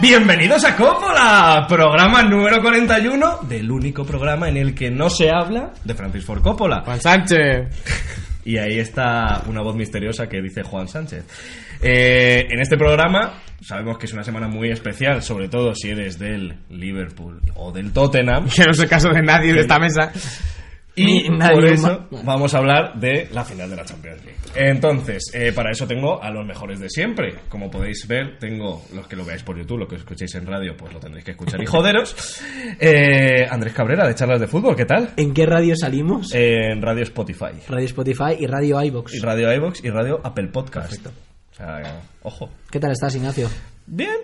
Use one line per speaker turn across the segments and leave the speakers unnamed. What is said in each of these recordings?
Bienvenidos a Coppola, programa número 41 del único programa en el que no se habla de Francis Ford Coppola.
Juan Sánchez.
Y ahí está una voz misteriosa que dice Juan Sánchez. Eh, en este programa sabemos que es una semana muy especial, sobre todo si eres del Liverpool o del Tottenham.
Que no es el caso de nadie de esta mesa.
Y
Ni nadie
por
más.
eso vamos a hablar de la final de la Champions League. Entonces, eh, para eso tengo a los mejores de siempre. Como podéis ver, tengo los que lo veáis por YouTube, los que escuchéis en radio, pues lo tendréis que escuchar y joderos. Eh, Andrés Cabrera, de Charlas de Fútbol, ¿qué tal?
¿En qué radio salimos?
Eh, en Radio Spotify,
Radio Spotify y Radio
y
iBox.
Radio iVoox y Radio Apple Podcast. O sea, eh, ojo.
¿Qué tal estás, Ignacio?
Bien.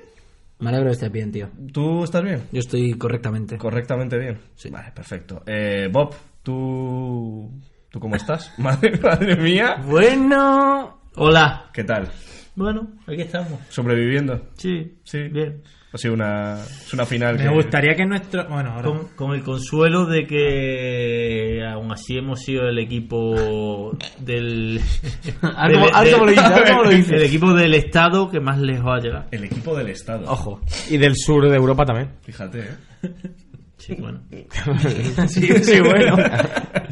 Me alegro de estar bien, tío.
¿Tú estás bien?
Yo estoy correctamente.
Correctamente bien.
Sí.
Vale, perfecto. Eh, Bob, ¿tú, ¿tú cómo estás? madre, madre mía.
Bueno, hola.
¿Qué tal?
Bueno, aquí estamos.
¿Sobreviviendo?
Sí,
Sí.
bien.
Ha sido una, es una final que...
Me gustaría que nuestro. Bueno, ahora.
Con, con el consuelo de que aún así hemos sido el equipo del.
Ah, ¿cómo- ah, ¿cómo lo dices? Ah, ¿cómo lo dices?
El equipo del Estado que más lejos ha llegado.
El equipo del Estado.
Ojo.
Y del sur de Europa también.
Fíjate, ¿eh?
Sí, bueno.
Sí, sí, bueno.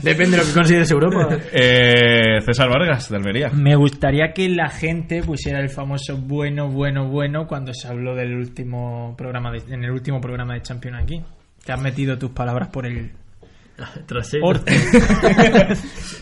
Depende de lo que consideres Europa.
Eh, César Vargas, de Almería.
Mm.
Me gustaría que la gente pusiera el famoso bueno, bueno, bueno cuando se habló del último programa de- en el último programa de Champions aquí. Te has metido tus palabras por el
Trasero.
orte.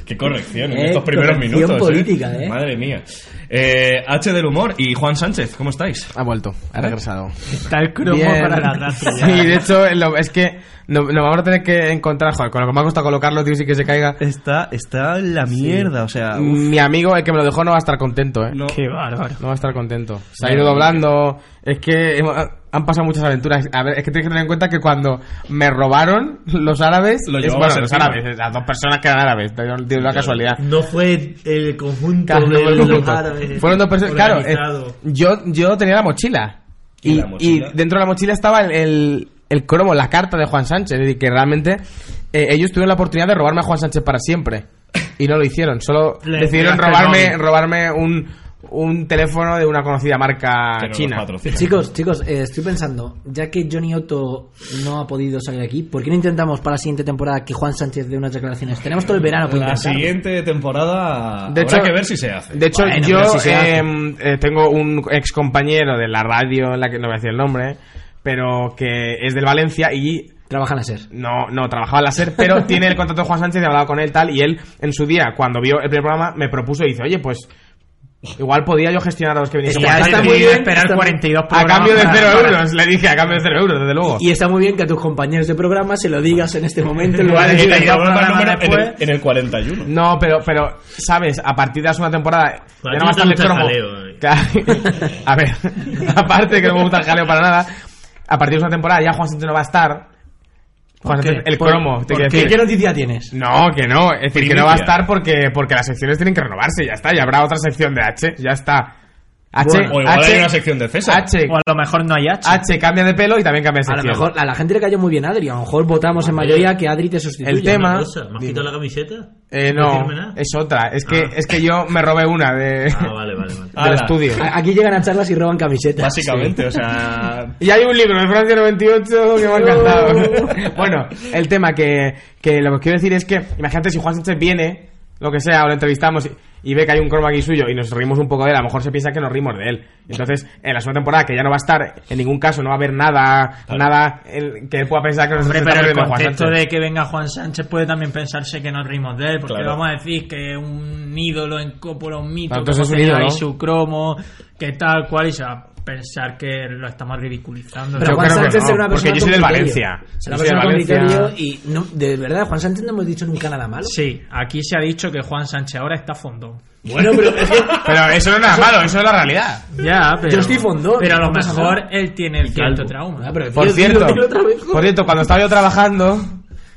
Qué corrección en
Eh,
estos primeros
corrección
minutos.
política, ¿eh?
Madre mía. Eh, H del Humor y Juan Sánchez, ¿cómo estáis?
Ha vuelto, ha regresado.
Está el cromo
Bien.
para la raza.
Sí, de hecho, lo- es que no- nos vamos a tener que encontrar, joder, con lo que me ha costado colocarlo, tío, sí que se caiga.
Está, está la mierda, o sea...
Mm, Mi amigo, el que me lo dejó, no va a estar contento, eh. No,
Qué bárbaro.
va a estar contento. Se ha ido doblando. Es que hemos- han pasado muchas aventuras. A ver, es que tienes que tener en cuenta que cuando me robaron los árabes.
Lo
es-
llevabas
bueno, los
encima.
árabes, las dos personas que eran árabes. De una casualidad.
No fue el conjunto
Claro,
de
no,
los
no, no, no.
árabes
Fueron dos personas. Claro, eh,
organizado.
yo, yo tenía la mochila.
¿Y
Y,
la mochila?
y dentro de la mochila estaba el, el, el cromo, la carta de Juan Sánchez. Es decir, que realmente eh, ellos tuvieron la oportunidad de robarme a Juan Sánchez para siempre. Y no lo hicieron. Solo
Le
decidieron
pegaste
robarme,
el
robarme un, un teléfono de una conocida marca china.
Chicos, chicos, eh, estoy pensando, ya que Johnny Otto no ha podido salir aquí, ¿por qué no intentamos para la siguiente temporada que Juan Sánchez dé unas declaraciones? Tenemos todo el verano para
La
intentarlo.
siguiente temporada
De
habrá
hecho-
que ver si se hace.
De hecho,
Bueno,
yo
pero si se hace.
em, eh, tengo un ex compañero de la radio, en la que no voy a decir el nombre, pero que es del Valencia y
Trabajan a ser.
No, no, trabajaba en la SER, pero tiene el contrato de Juan Sánchez y hablaba con él tal. Y él, en su día, cuando vio el primer programa, me propuso y dice, oye, pues igual podía yo gestionar a los que viniesen.
Está-
por aquí".
está muy bien,
esperar
está muy-
42
a
programas
cambio de
para-
cero
para-
euros, le dije, a cambio de cero euros, desde luego.
Y está muy bien que a tus compañeros de programa se lo digas en este momento en lugar de
Y
decir,
la
"Venga,
llamada
programa
número en, el,
después".
en el 41.
No, pero, pero, ¿sabes? A partir de la segunda temporada.
Bueno,
ya
a ti no te
bastante
gusta el
cromo. Claro. a ver, aparte de que no me gusta el jaleo para nada, a partir de la segunda temporada ya Juan Sánchez no va a estar. Juan
¿Por qué?
Sánchez, el
¿Por-
cromo, te
¿por
quiero
qué?
decir.
¿Qué noticia tienes?
No, que no. Es decir, que no va a
Primicia.
estar porque, porque las secciones tienen que renovarse, ya está. Y habrá otra sección de H, ya está. H,
Bueno, o igual
Eh, H,
hay una sección de César.
H,
O a lo mejor no hay H.
H cambia de pelo y también cambia de
A lo
sección.
mejor a la gente le cayó muy bien Adri, a lo mejor votamos en mayoría que Adri te sustituya.
El tema-
Una cosa, ¿Me has quitado la camiseta?
Eh,
¿No decirme
no,
nada?
es otra. Es que,
Ah.
es que yo me robé una de,
Ah, vale, vale, vale.
Ala,
del estudio.
A- Aquí llegan a charlas y roban camisetas.
Básicamente, o sea...
Y hay un libro de Francia 98 que me ha encantado. bueno, el tema que, que lo que quiero decir es que, imagínate si Juan Sánchez viene, lo que sea, o lo entrevistamos y, y ve que hay un croma aquí suyo y nos reímos un poco de él, a lo mejor se piensa que nos rimos de él. Entonces, en la segunda temporada, que ya no va a estar, en ningún caso no va a haber nada, nada el- que él pueda pensar que nos
Hombre,
estamos
pero el
riendo de Juan
contexto
Sánchez.
de que venga Juan Sánchez puede también pensarse que nos rimos de él, porque
Claro.
vamos a decir que un ídolo en Coppola, un mito,
Claro,
que
entonces
hemos
es un
tenido
ídolo.
ahí su cromo, que tal cual, y se va a pensar que lo estamos ridiculizando.
Pero
Yo
Juan
creo que
Sánchez
no,
será una
porque
persona
yo soy del
con
Valencia.
criterio.
Yo
Será
soy del
una persona con
Valencia.
criterio y no, de verdad, Juan Sánchez no hemos dicho nunca nada malo.
Sí, aquí se ha dicho que Juan Sánchez ahora está fondón.
Bueno, pero es que
Pero eso no es nada malo, eso es la realidad.
Ya, pero.
Yo estoy fondón,
Pero a lo
no pasa
mejor
nada.
él tiene el cierto
Ah,
trauma.
pero
Por
dilo,
cierto,
dilo otra vez.
por cierto, cuando estaba yo trabajando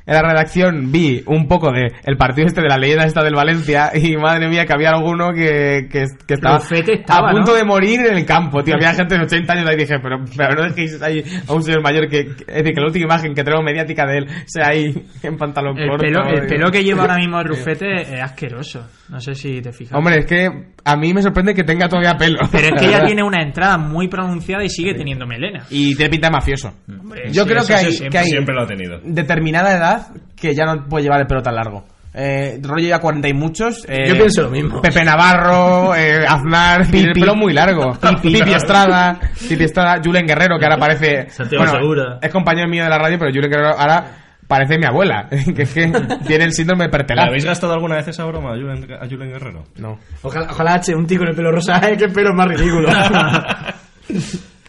en la redacción vi un poco de el partido este de la leyenda esta del Valencia y madre mía que había alguno que, que, que estaba
Rufete estaba,
a punto
¿no?
de morir en el campo, tío. Había gente de 80 años ahí y dije, pero, pero no dejéis ahí a un señor mayor que, que- es decir, que la última imagen que tenemos mediática de él sea ahí en pantalón
El
corto.
pelo, el
digo.
pelo que lleva ahora mismo el Rufete es asqueroso. No sé si te fijas.
Hombre, es que a mí me sorprende que tenga todavía pelo.
Pero es que
La
ya
verdad.
tiene una entrada muy pronunciada y sigue teniendo melena.
Y tiene pinta de mafioso.
Hombre,
Yo
sí,
creo
eso
que
sí,
hay-
siempre.
que hay-
Siempre lo ha tenido.
Determinada edad que ya no puede llevar el pelo tan largo. Eh, rollo ya 40 y muchos. eh,
Yo pienso lo mismo.
Pepe Navarro, eh, Aznar, tiene el pelo muy largo. Pipi, Estrada, Pipi Estrada, Julen Guerrero, que ahora parece.
Santiago Segura.
Es compañero mío de la radio, pero Julen Guerrero ahora parece mi abuela. Que es que tiene el síndrome de
¿Le
Pertelar.
habéis gastado alguna vez esa broma a Julen, a Julen Guerrero?
No.
Ojalá, ojalá eche un tío con el pelo rosa, ¡eh, qué pelo más ridículo.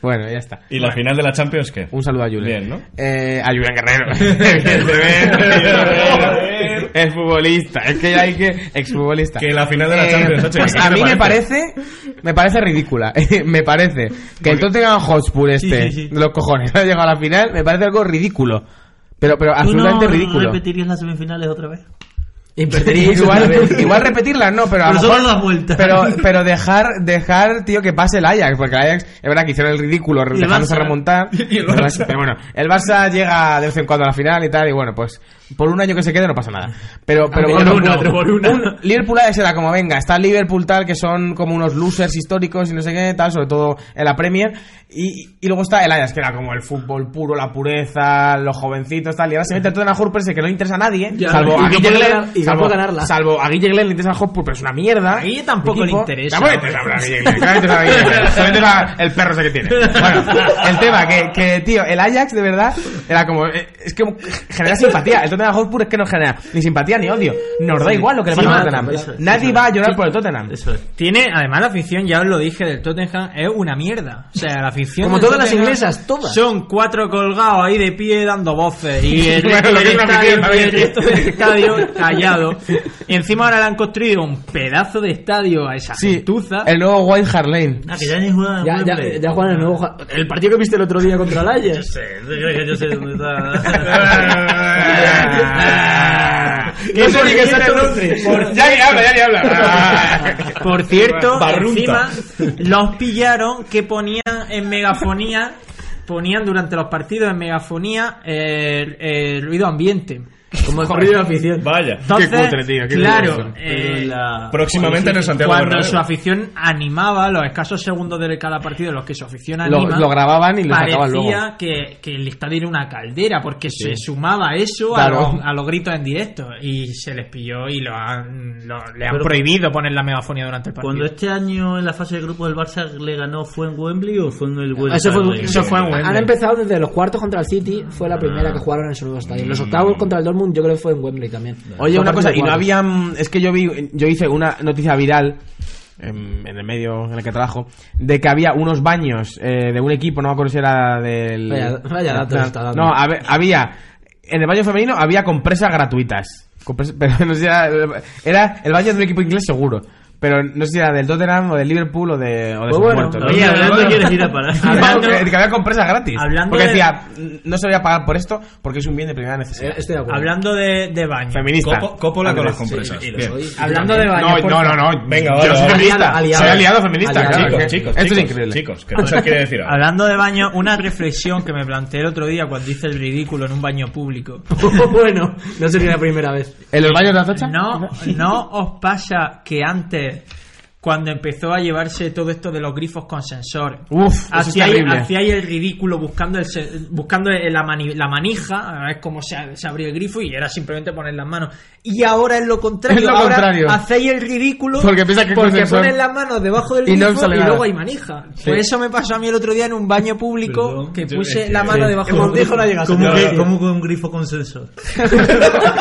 Bueno, ya está.
¿Y la final de la Champions qué?
Un saludo a Julen.
Bien, ¿no?
Eh, a Julen Guerrero. Evidentemente. es futbolista. Es que ya hay que. Exfutbolista.
Que la final de la Champions, oye,
pues
¿qué
a
te
mí me
parece?
parece me parece ridícula me parece que el Tottenham Hotspur este
sí, sí.
los cojones ha llegado a la final me parece algo ridículo pero pero
¿Tú no
absolutamente ridículo
repetirías las semifinales otra vez?
Y perdería eso otra
igual,
vez.
igual repetirla no pero a lo
Pero solo
mejor-
das vueltas.
pero pero dejar dejar tío que pase el Ajax porque el Ajax es verdad que hicieron el ridículo
el
dejándose
Barça.
remontar
Y el
Pero
Barça.
Barça- pero bueno el Barça llega de vez en cuando a la final y tal y bueno pues por un año que se quede no pasa nada pero pero
Ah, Por
bueno,
uno,
un-
otro por uno.
un Liverpool Ajax era como venga está el Liverpool tal que son como unos losers históricos y no sé qué tal sobre todo en la Premier y, y luego está el Ajax que era como el fútbol puro la pureza los jovencitos tal y ahora se mete todo en la Hurperse que no le interesa a nadie
Ya,
salvo
y
a
que
Guille
puede
Glenn,
ganar- y que
salvo-
puede ganarla.
Salvo a Guille Glenn le interesa el Hotspur, pero es una mierda.
A Guille tampoco
Equipo. Ah,
le interesa.
Tampoco le interesa pero a Guille Glenn. claro que le interesa a Guille Glenn. Solamente la- el perro ese que tiene. Bueno, el tema que, que, tío, el Ajax de verdad era como. eh, Es que genera simpatía. El Tottenham Hotspur es que no genera ni simpatía ni odio. Nos da igual lo que le pasa
Sí,
al
va,
Tottenham.
eso es,
Nadie va a llorar por el Tottenham.
Eso es.
Tiene, además la afición, ya os lo dije, del Tottenham es una mierda. O sea, la afición.
Como
del
todas las
Tottenham
inglesas, todas.
Son cuatro colgados ahí de pie dando voces. Y el
Bueno,
resto
lo
del
que es una afición
estadio,
también.
y el resto del estadio callado. Y encima ahora le han construido un pedazo de estadio a esa
Sí,
gentuza.
el nuevo White Hart Lane.
Ah, que ya ni juegan.
Ya, ya, ya Juan, el nuevo Juan- El partido que viste el otro día contra el
Yo
Ajax.
sé, ¿tú crees que yo sé dónde está?
¿Qué
tiene que ser el
Por- Ya ni habla, ya ni habla.
Por cierto,
Barrunta.
encima los pillaron que ponían en megafonía, ponían durante los partidos en megafonía el, el ruido ambiente.
Como el partido de afición.
Vaya.
Entonces,
Qué cutre, tío, qué
claro,
cutre.
eh,
Próximamente en el Santiago
cuando
Bernabéu.
su afición animaba los escasos segundos de cada partido, en los que su afición
Lo-
anima,
lo grababan y lo sacaban
parecía
luego.
que, que el estadio era una caldera, porque se sumaba eso a,
Claro.
los, a los gritos en directo y se les pilló y lo han, lo- le han
Pero-
prohibido poner la megafonía durante el partido.
Cuando este año en la fase de grupo del Barça le ganó, ¿fue en Wembley o fue en el Wembley?
Eso fue-
Eso fue en
Han
Wembley.
empezado desde los cuartos contra el City, fue la primera que jugaron en su nuevo estadio. Los
Mm.
octavos contra el Dortmund, yo creo que fue en Wembley también.
Oye,
Fue
una
partido
cosa,
de
y no
cuartos.
había. mm, Es que yo vi, yo hice una noticia viral em, en el medio en el que trabajo de que había unos baños eh, de un equipo, no me acuerdo si era del.
Vaya- vaya datos
no,
está dando.
No, habe- había. En el baño femenino había compresas gratuitas. Compresa- pero no sé si era, era el baño de un equipo inglés seguro. Pero no sé si era del Tottenham o del Liverpool o de, o de
Pues
San
bueno,
Puerto, ¿no?
Oye, hablando de quieres ir a parar.
Hablando- que, que había compresas gratis.
hablando
porque
de-
decía, no se voy a pagar por esto porque es un bien de primera necesidad.
Eh, Estoy de acuerdo.
Hablando de, de baño.
Feminista.
Copo- Coppola con las
Andrés.
compresas.
Sí, y lo
Bien.
soy.
Hablando de baño.
No,
por
no, no,
favor.
no.
Venga,
Yo
vale,
soy
vale.
feminista.
Aliado.
Soy aliado feminista.
Aliado.
claro,
Chicos,
que-
chicos,
Esto
chicos,
es increíble.
chicos, que no se os quiere decir ahora.
Hablando de baño, una reflexión que me planteé el otro día cuando hice el ridículo en un baño público.
bueno, no sería la primera vez.
¿En los baños de Atocha?
No, no os pasa que antes, cuando empezó a llevarse todo esto de los grifos con sensor,
Uf, eso es
hacía ahí,
terrible.
hacía ahí el ridículo buscando el se- buscando el- la, mani- la manija, a ver cómo se, se abría el grifo y era simplemente poner las manos. Y ahora es lo contrario.
Es lo
ahora
contrario.
Hacéis el ridículo
Porque piensa que es
porque
sensor.
pones las manos debajo del
Y no
grifo y,
sale nada.
luego hay manija. Pues eso me pasó a mí el otro día en un baño público
Perdón.
que
Yo-
puse
es que-
la mano
sí.
debajo
¿Cómo,
del grifo.
la
llegaste?
¿cómo,
No,
que,
no.
¿Cómo con un grifo con sensor?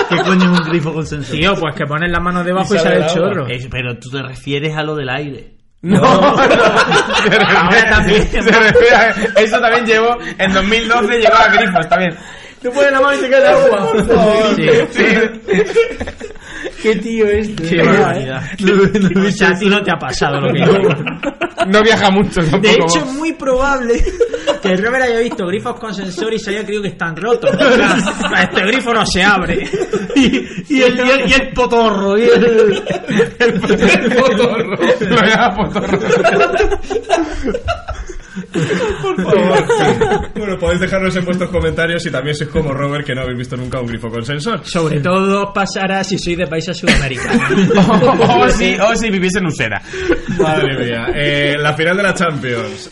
¿Qué coño es un grifo con sensor?
Tío, pues que pones las manos debajo
Y
y sale
sale
el
el agua.
chorro.
Es- pero tú te refieres a lo del aire.
No, no. Se refiere-
Ahora también.
se refiere a- Eso también llevó. En 2012 llegó a grifos también.
Tú pones la mano y te cae el agua.
Sí.
Qué tío este.
Qué barbaridad. Luis, a ti no te ha pasado lo que yo.
No viaja mucho tampoco.
De hecho, es muy probable que Robert haya visto grifos con sensor y se haya creído que están rotos. O sea, este grifo no se abre.
Y, y el, y, el, y el potorro. y el-
El potorro. Lo llama potorro.
Por favor. bueno, podéis dejarnos en vuestros comentarios si también sois como Robert, que no habéis visto nunca un grifo con sensor.
Sobre todo pasará si soy de países sudamericanos.
O si, o si viviese en Usera.
Madre mía. Eh, la final de la Champions.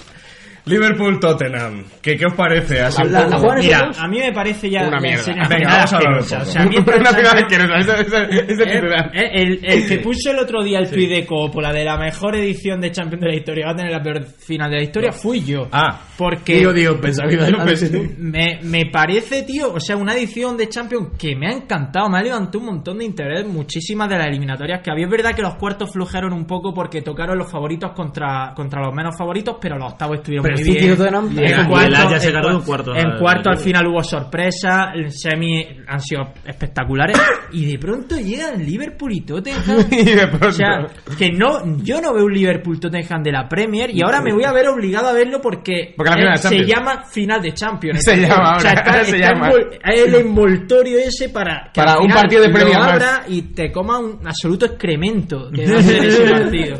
Liverpool-Tottenham. ¿Qué, ¿Qué os parece? Así un
La- la
poco-
juegan esos
Mira,
dos.
a mí me parece ya
Una
la
mierda.
señal
Venga,
final
vamos a hablar un
asquerosa.
poco.
O sea, a mí esta
Una final
señal-
asquerosa. Ese ese- ese
Eh,
titular.
eh, el, el que puso el otro día el tuit de Coppola de la mejor edición de Champions de la historia va a tener la peor final de la historia fui yo.
Ah.
Porque
Digo, digo, pensaba que iba a decir-
me, me parece, tío, o sea, una edición de Champions que me ha encantado, me ha levantado un montón de interés, muchísimas de las eliminatorias que había. Es verdad que los cuartos flujeron un poco porque tocaron los favoritos contra, contra los menos favoritos, pero los octavos estuvieron
Pero
muy
sí,
bien.
tío, Tottenham-
En
Y el- y
el
cuarto-
Ajax se
en
cargó
cua-
en cuartos
En
al-
cuarto al final hubo sorpresa, el semi han sido espectaculares y de pronto llegan Liverpool y Tottenham
Y de pronto.
o sea, que no, yo no veo un Liverpool Tottenham de la Premier y ahora me voy a ver obligado a verlo porque, eh,
Porque la final de
se
Champions.
llama final de Champions.
Se llama ahora,
O sea, está,
ahora se
está
llama.
envol- el envoltorio ese para que
Para
al
un
final
partido de Premier
lo
más.
abra y te coma un absoluto excremento que va a ser ese partido.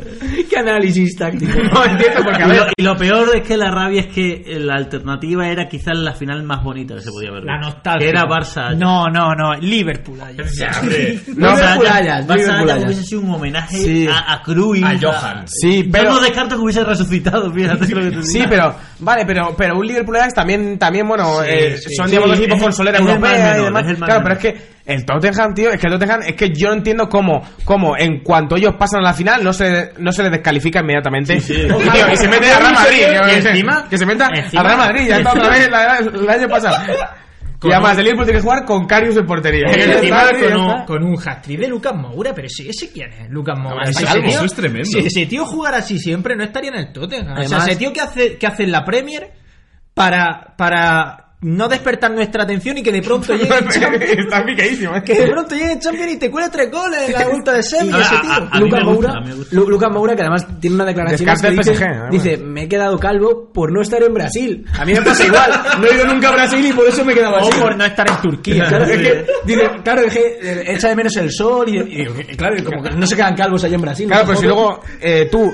Qué análisis táctico.
No entiendo porque a
Y lo,
ver.
y lo peor es que la rabia es que la alternativa era quizás la final más bonita que se podía ver.
La nostalgia.
Que era Barça.
No, no, no, Liverpool. ayer.
No,
Barça
Liverpool
Ajax.
Ajax,
Barça
Liverpool
Ajax
Ajax.
hubiese sido un homenaje
Sí.
a, a Cruyff.
A Johan.
Sí,
Yo
pero.
no descarto que hubiese resucitado, fíjate lo que te digo.
Sí, pero. Vale, pero, pero un Liverpool Ajax también, también bueno, eh, son,
sí.
digamos, los
Sí,
equipos
es el-
con solera
es el mal
europea y
menor,
demás.
es el mal
claro, pero
menor.
es que el Tottenham, tío, es que el Tottenham, es que yo no entiendo cómo, cómo en cuanto ellos pasan a la final, no se, no se les descalifica inmediatamente.
sí.
Y, tío, y se mete a Real Madrid, yo
Y
qué sé,
encima-
que se meta
encima-
a Real Madrid, ya está otra vez la- el año pasado. Y además, el Liverpool tiene que jugar con Carius en portería.
Y
Ya está,
encima
tío, ya
con, un,
está.
con un hat-trick de Lucas Moura, pero si ese quién es, Lucas Moura.
ese
Si
es
ese
algo,
tío-
eso es tremendo.
Si ese tío jugara así siempre, no estaría en el Tottenham. o sea,
Además-
ese tío que hace, que hace en la Premier para, para no despertar nuestra atención y que de pronto llegue en Champions,
está piqueísimo, eh.
que de pronto llegue en Champions y te cuela tres goles en la vuelta de semi,
A-
ese
a-
tío.
a- mí
Lucas
me gusta,
Moura,
a mí me gusta.
Lu- Lucas Moura, que además tiene una declaración
Descarta
que
el
dice,
PSG, ¿eh?
dice, me he quedado calvo por no estar en Brasil. A mí me pasa igual, no he ido nunca a Brasil y por eso me he quedado
O
así.
por no estar en Turquía.
Claro, es que, dice, claro, es que eh, echa de menos el sol y, y digo, que- claro, como que no se quedan calvos allá en Brasil.
Claro,
¿no?
pero si luego eh, tú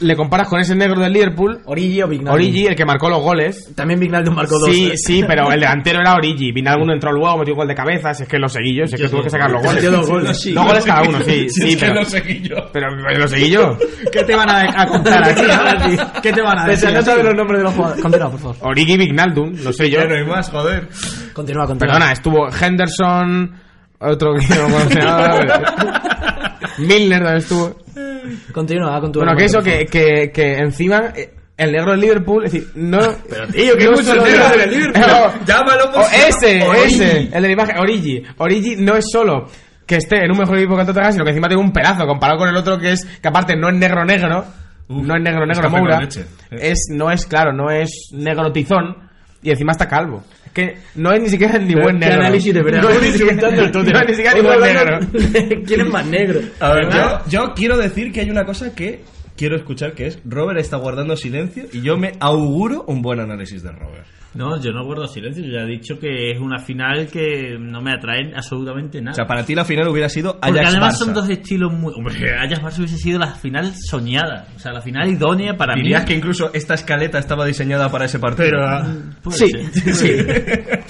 le comparas con ese negro del Liverpool,
Origi o Vignaldum.
Origi, el que marcó los goles,
También Vignaldum marcó dos.
Sí, sí, pero el delantero era Origi. Vinal uno entró luego, metió un gol de cabeza. Si es que lo seguí yo, si es que tuve que sacar los goles.
Metió dos goles.
Dos goles cada uno, sí,
Si
sí,
es que
pero.
lo seguí yo.
Pero lo seguí yo.
¿Qué te van a, a contar aquí? no? ¿Qué te van a
Pese a
decir?
no saber los nombres de los jugadores. Continúa, por favor.
Origi Vignaldum, lo sé yo.
Ya no hay más, joder.
Continúa, continúa.
Perdona, estuvo Henderson. Otro que no conoce nada. Milner también estuvo.
Continúa con tu
Bueno, que eso,
argumento, por favor.
que, que, que encima. eh, El negro del Liverpool, es decir, no. Pero tío,
qué cuchillero del Liverpool. Llámalo por
O
su-
ese,
Origi.
ese, el de la imagen, Origi. Origi no es solo que esté en un mejor equipo que el Tottenham, sino que encima tiene un pedazo comparado con el otro que es, que aparte no es negro negro,
Uf,
no es negro
es
negro
café con
Moura,
leche.
es, no es, claro, no es negro tizón, y encima está calvo. Es que no es ni siquiera ni buen
qué
negro.
análisis de verdad.
No es ni siquiera,
Insultando al
no
Tottenham.
es ni siquiera ni
Hoy
buen negro.
hablando- ¿Quién es más negro?
A ver, yo, yo quiero decir que hay una cosa que quiero escuchar, que es Robert está guardando silencio y yo me auguro un buen análisis de Robert.
No, yo no guardo silencio. Yo ya he dicho que es una final que no me atrae absolutamente nada.
O sea, para ti la final hubiera sido
Porque
Ajax
además son dos estilos muy. Hombre, Ajax Barça hubiese sido la final soñada. O sea, la final idónea para
Dirías
mí.
que incluso esta escaleta estaba diseñada para ese partido.
Puede
Sí,
ser.
sí.
Aunque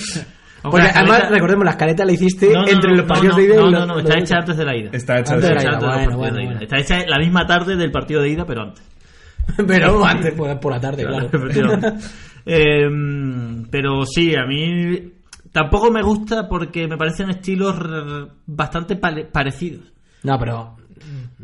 Porque
la
además,
escaleta-
recordemos, la escaleta la hiciste
No, no,
entre
no,
los
no,
partidos
no,
de ida y
No,
los-
no, no, está
los-
hecha antes de la ida.
Está hecha de
Antes de
Está
la
hecha
ida,
antes de los
bueno,
partidos
bueno,
de ida.
bueno.
Está hecha la misma tarde del partido de ida, pero antes.
Pero antes, pues, por la tarde, claro.
Efectivamente. Eh, pero sí, a mí tampoco me gusta porque me parecen estilos r- bastante pale- parecidos.
No, pero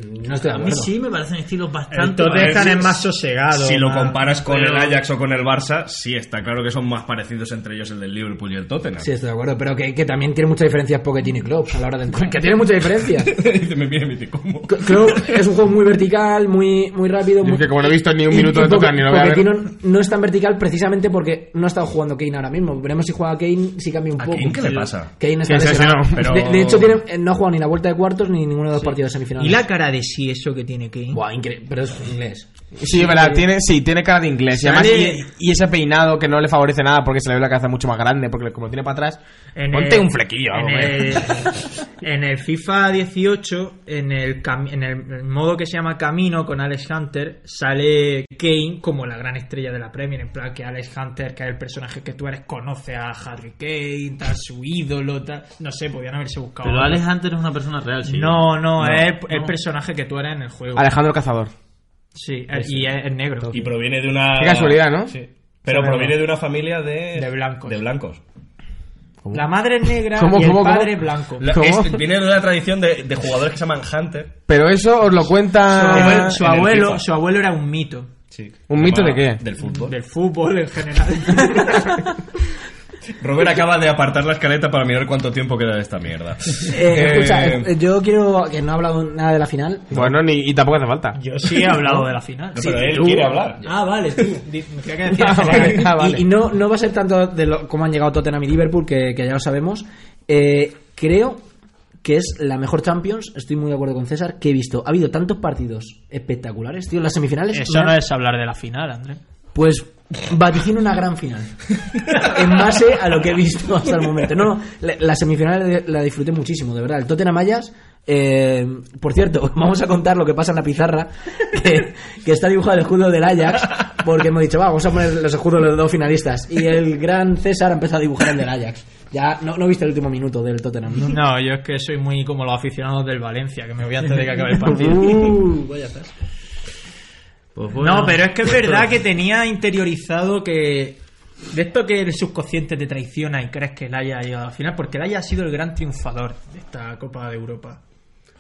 mm, No estoy de
A mí
acuerdo.
sí me parecen estilos bastante.
El Tottenham
si-
es más sosegado.
Si lo
más-
comparas con
pero-
el Ajax o con el Barça, sí, está claro que son más parecidos entre ellos el del Liverpool y el Tottenham.
Sí, estoy de acuerdo, pero que, que también tiene muchas diferencias Pochettino y Klopp a la hora de entrar. Que tiene muchas diferencias.
Dice, me mira y me dice, ¿cómo?
K- Klopp es un juego muy vertical, muy, muy rápido.
Yo
Muy...
es que como no he visto ni un
Y-
minuto
y
de
Poche-
tocar ni lo voy a ver.
Pochettino no es tan vertical precisamente porque no ha estado jugando Kane ahora mismo. Veremos si juega Kane, si cambia un
¿A
poco.
Kane qué le pasa?
Kane está
Que se
lesionado.
lesionó, pero-
de, de hecho, tiene- eh, no ha jugado ni la vuelta de cuartos ni ninguno de los partidos de
Y
semifinales.
la cara de sí, eso que tiene que
Buah, increíble, pero es inglés.
Sí, ¿verdad? Tiene, sí, tiene cara de inglés. Y, además,
Sale-
y, y ese peinado que no le favorece nada porque se le ve la cabeza mucho más grande, porque como tiene para atrás,
En
ponte
el-
un flequillo.
En
hombre.
el, en el FIFA 18, en el, cami- en el modo que se llama Camino con Alex Hunter, sale Kane como la gran estrella de la Premier. En plan que Alex Hunter, que es el personaje que tú eres, conoce a Harry Kane, tal, su ídolo, tal. No sé, podían haberse buscado.
Pero
algo.
Alex Hunter es una persona real, sí.
No, no, es el, el
no.
personaje que tú eres en el juego.
Alejandro el Cazador.
Sí, eh, y es, es negro.
Y proviene de una...
Qué casualidad, ¿no?
Sí.
Pero
Claro.
proviene de una familia de...
De blancos.
De blancos.
La madre es negra
¿Cómo,
y el
cómo, cómo?
padre es blanco.
La-
¿Cómo?
es- viene de una tradición de, de jugadores que se llaman Hunter.
Pero eso os lo
Su
cuenta.
abuelo- su
en el
abuelo,
FIFA.
su abuelo era un mito.
¿Un
Se
mito
llama-
de qué?
Del fútbol.
Del fútbol en general.
Robert acaba de apartar la escaleta para mirar cuánto tiempo queda de esta mierda.
Eh, escucha,
Eh,
eh, yo quiero que no ha hablado nada de la final.
Bueno, ni, y tampoco hace falta.
Yo sí he hablado de la final.
no,
Sí,
pero él
tú.
quiere hablar.
Ah, vale, tú. Di- Me creía que
Ah,
decías-
vale, ah, vale.
Y, y no, no va a ser tanto de lo, cómo han llegado Tottenham y Liverpool, que, que ya lo sabemos. Eh, creo que es la mejor Champions, estoy muy de acuerdo con César, que he visto. Ha habido tantos partidos espectaculares, tío, en las semifinales.
Eso
me
no
han-
es hablar de la final, Andrés.
Pues vaticino una gran final. en base a lo que he visto hasta el momento. No, no, la, la semifinal de- la disfruté muchísimo, de verdad. El Tottenham Ajax, eh, por cierto, vamos a contar lo que pasa en la pizarra, que, que está dibujado el escudo del Ajax, porque hemos dicho, "Va, vamos a poner los escudos de los dos finalistas. Y el gran César ha empezado a dibujar el del Ajax. Ya no, no viste el último minuto del Tottenham. ¿no?
No, yo es que soy muy como los aficionados del Valencia, que me voy antes de que acabe el partido.
Uh, vaya César.
Pues bueno,
No, pero es que es
pues
verdad
todo.
que tenía interiorizado que. De esto que el subconsciente te traiciona y crees que el haya llegado a la final, porque el haya ha sido el gran triunfador de esta Copa de Europa.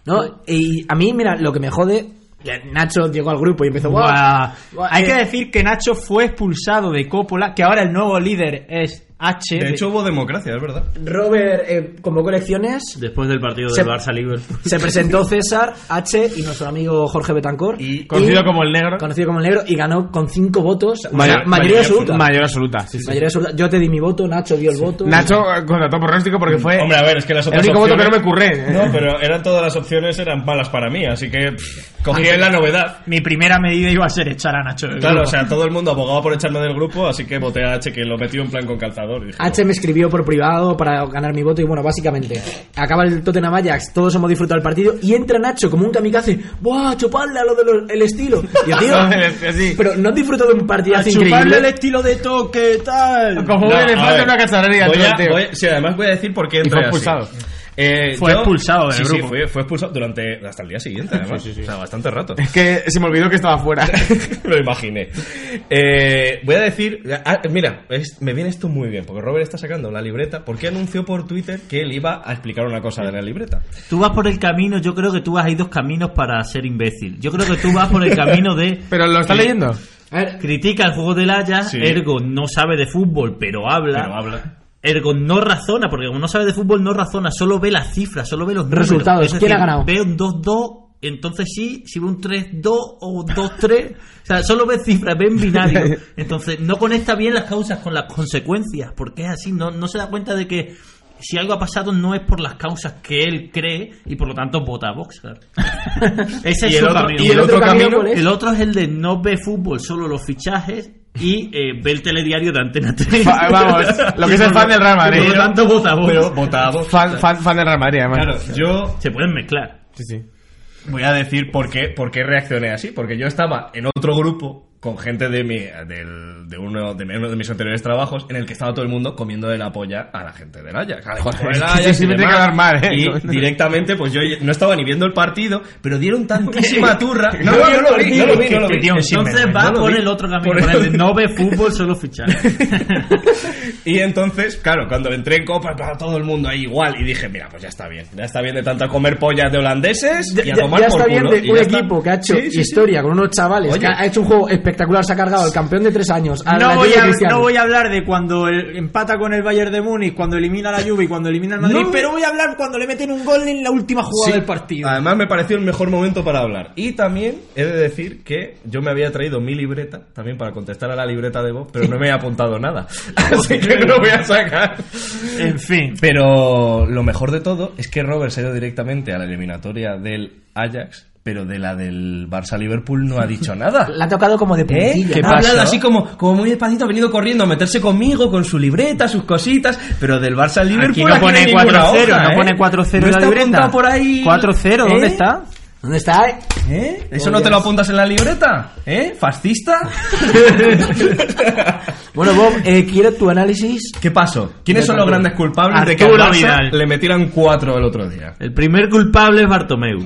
No, y a mí, mira, lo que me jode, que Nacho llegó al grupo y empezó, "Guau,
Buah.
guau,
Hay
eh,
que decir que Nacho fue expulsado de Coppola, que ahora el nuevo líder es H.
De hecho hubo democracia, es verdad.
Robert eh, convocó elecciones,
Después del partido
Se-
del Barça-Liverpool.
se presentó César, H y nuestro amigo Jorge Betancor.
Y-
Conocido como el negro.
Conocido como el negro y ganó con cinco votos. o sea,
Mayor-
mayoría absoluta.
Mayor absoluta, sí, sí.
Mayoría absoluta. Yo te di mi voto, Nacho dio el voto.
Nacho eh, contrató pronóstico porque fue
Hombre, a ver, es que las
Eh, el
otras
único voto que no me
opciones-
ocurre.
No, pero eran todas las opciones eran malas para mí, así que pff,
Ah,
cogí en la novedad.
Mi primera medida iba a ser echar a Nacho del
Claro, o
grupo.
sea, todo el mundo abogaba por echarme del grupo, así que voté a H que lo metió en plan con calzador. y dije,
H me escribió por privado para ganar mi voto y bueno, básicamente acaba el Tottenham Ajax, todos hemos disfrutado el partido y entra Nacho como un kamikaze, ¡buah, chupadle a lo del estilo! Y yo, tío,
Así.
pero no has disfrutado de un partidazo
chuparle el
increíble.
estilo de toque, tal.
Como un
No, a
elefante
ver,
en una cacharrería.
voy
tú,
a-
tío.
voy a- sí, además voy a decir por qué entré
fue
así.
expulsado.
Eh,
Fue expulsado del
sí, sí,
grupo.
fue, fue expulsado durante hasta el día siguiente, además. O sea, bastante rato.
Es que se me olvidó que estaba fuera.
Lo imaginé. Eh, voy a decir. ah, mira, es- me viene esto muy bien, porque Robert está sacando la libreta. Porque anunció por Twitter que él iba a explicar una cosa de la libreta.
Tú vas por el camino, yo creo que tú vas, hay dos caminos para ser imbécil. Yo creo que tú vas por el camino de...
Pero lo está
Sí.
leyendo.
A ver,
Critica el juego del Ajax,
Sí.
ergo no sabe de fútbol, pero habla.
Pero habla.
Ergo no razona, porque como no sabe de fútbol, no razona, solo ve las cifras, solo ve los números.
Resultados,
Es
¿quién
decir,
ha ganado?
Ve un 2-2, entonces sí, si ve un 3-2 o 2-3, o sea, solo ve cifras, ve en binario. Entonces no conecta bien las causas con las consecuencias, porque es así, no, no se da cuenta de que si algo ha pasado no es por las causas que él cree y por lo tanto vota a Vox. claro. Ese es
Y el
su
otro-
camino.
y el otro camino,
¿cuál es?
El otro es el de no ve fútbol, solo los fichajes y eh, ve el telediario de Antena 3.
Fa- vamos, lo que es el fan del Real Madrid.
Y Por lo tanto, vota a Vox.
Pero votado.
Fan, fan, fan del Real Madrid, además.
Claro, yo
Se pueden mezclar.
Sí, sí.
voy a decir por qué, por qué reaccioné así. Porque yo estaba en otro grupo con gente de mi del- de uno de, mi- uno de mis anteriores trabajos en el que estaba todo el mundo comiendo de la polla a la gente del Ajax. al equipo del
es que
Ajax
sí, sí
y
me tiene que
demás.
hablar mal, ¿eh?
Y directamente, pues yo no estaba ni viendo el partido, pero dieron tantísima turra. No, no, yo lo vi, no lo vi, no lo vi.
Entonces va por el otro camino.
Por
por el
eso-
de no ve fútbol, solo fichar.
Y entonces, claro, cuando le entré en copa, claro, todo el mundo ahí igual. Y dije, mira, pues ya está bien. Ya está bien de tanto comer pollas de holandeses
Ya,
y a
ya-
tomar
ya
por
está bien
culo.
de
Y
un
ya está.
equipo que ha hecho
Sí, sí, sí.
historia con unos chavales
Oye.
que ha hecho un juego espectacular, se ha cargado al campeón de tres años. al
No
Rayo
voy, a,
Cristiano.
no voy a hablar de cuando el- empata con el Bayern de Múnich, cuando elimina la Juve y cuando elimina el Madrid,
No.
pero voy a hablar cuando le meten un gol en la última jugada
Sí. Ah.
del partido.
Además, me pareció el mejor momento para hablar. Y también he de decir que yo me había traído mi libreta también para contestar a la libreta de vos, pero no me he apuntado nada. Así que no lo voy a sacar.
En fin.
Pero lo mejor de todo es que Robert se ha ido directamente a la eliminatoria del Ajax, pero de la del Barça-Liverpool no ha dicho nada.
La ha tocado como de
¿Eh?
puntilla.
Que
¿no?
ha hablado así como, como muy despacito, ha venido corriendo a meterse conmigo con su libreta, sus cositas, pero del Barça al Liverpool.
Aquí no pone
hay ninguna
4-0,
hoja,
no
¿eh?
pone
¿No
4-0 la
está
libreta?
apuntado por ahí.
4-0, ¿dónde
¿Eh?
está?
¿Dónde está? eh?
¿Eh? ¿Eso no te lo apuntas en la libreta? ¿Eh? ¿Fascista?
Bueno, Bob, eh, quiero tu análisis.
¿Qué pasó? ¿Quiénes son los grandes culpables de que al
Arturo
Barça
Vidal.
le metieran 4 el otro día?
El primer culpable es Bartomeu.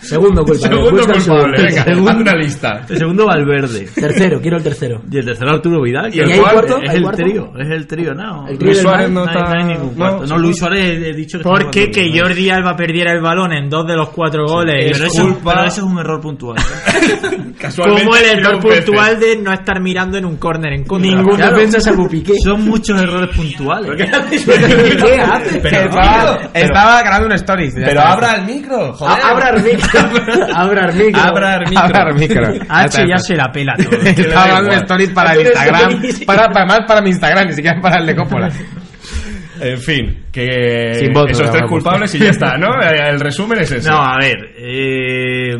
Segundo culpable.
Segundo
busca el
culpable, venga,
pues segundo.
haz una lista.
El segundo Valverde.
Tercero, quiero el tercero.
Y el tercero Arturo Vidal.
¿Y el
que
cuarto?
Es
¿Hay
el
cuarto?
trío, es el trío, no.
El trío
Luis
del
Suárez
Mar-
no
No,
está...
no hay ningún cuarto. No, Luis Suárez he he dicho que
¿Por
estaba
qué
Valverde,
que
¿no?
Jordi Alba perdiera el balón en dos de los cuatro goles?
es
Pero eso,
culpa-
pero eso es un error puntual.
Casualmente,
Como el error
dos veces.
puntual de no estar mirando en un córner en contra.
Ninguno
Claro.
piensa salvo Piqué.
Son muchos errores puntuales.
¿Qué haces?
Pero,
estaba,
tío, pero-
estaba grabando un story. ya
Pero
está.
abra el micro, joder.
A- Abra el micro. Abra el micro.
Abra el micro.
Abra el micro.
Ah,
H ya se la pela todo.
Estaba
da
hablando
igual.
un story para el
Hacer
Instagram.
stories.
Para, para, más para mi Instagram, ni siquiera para el de Coppola.
En fin, que
Sin voto,
esos tres
vamos.
culpables y ya está, ¿no? El resumen es ese.
No, a ver, eh,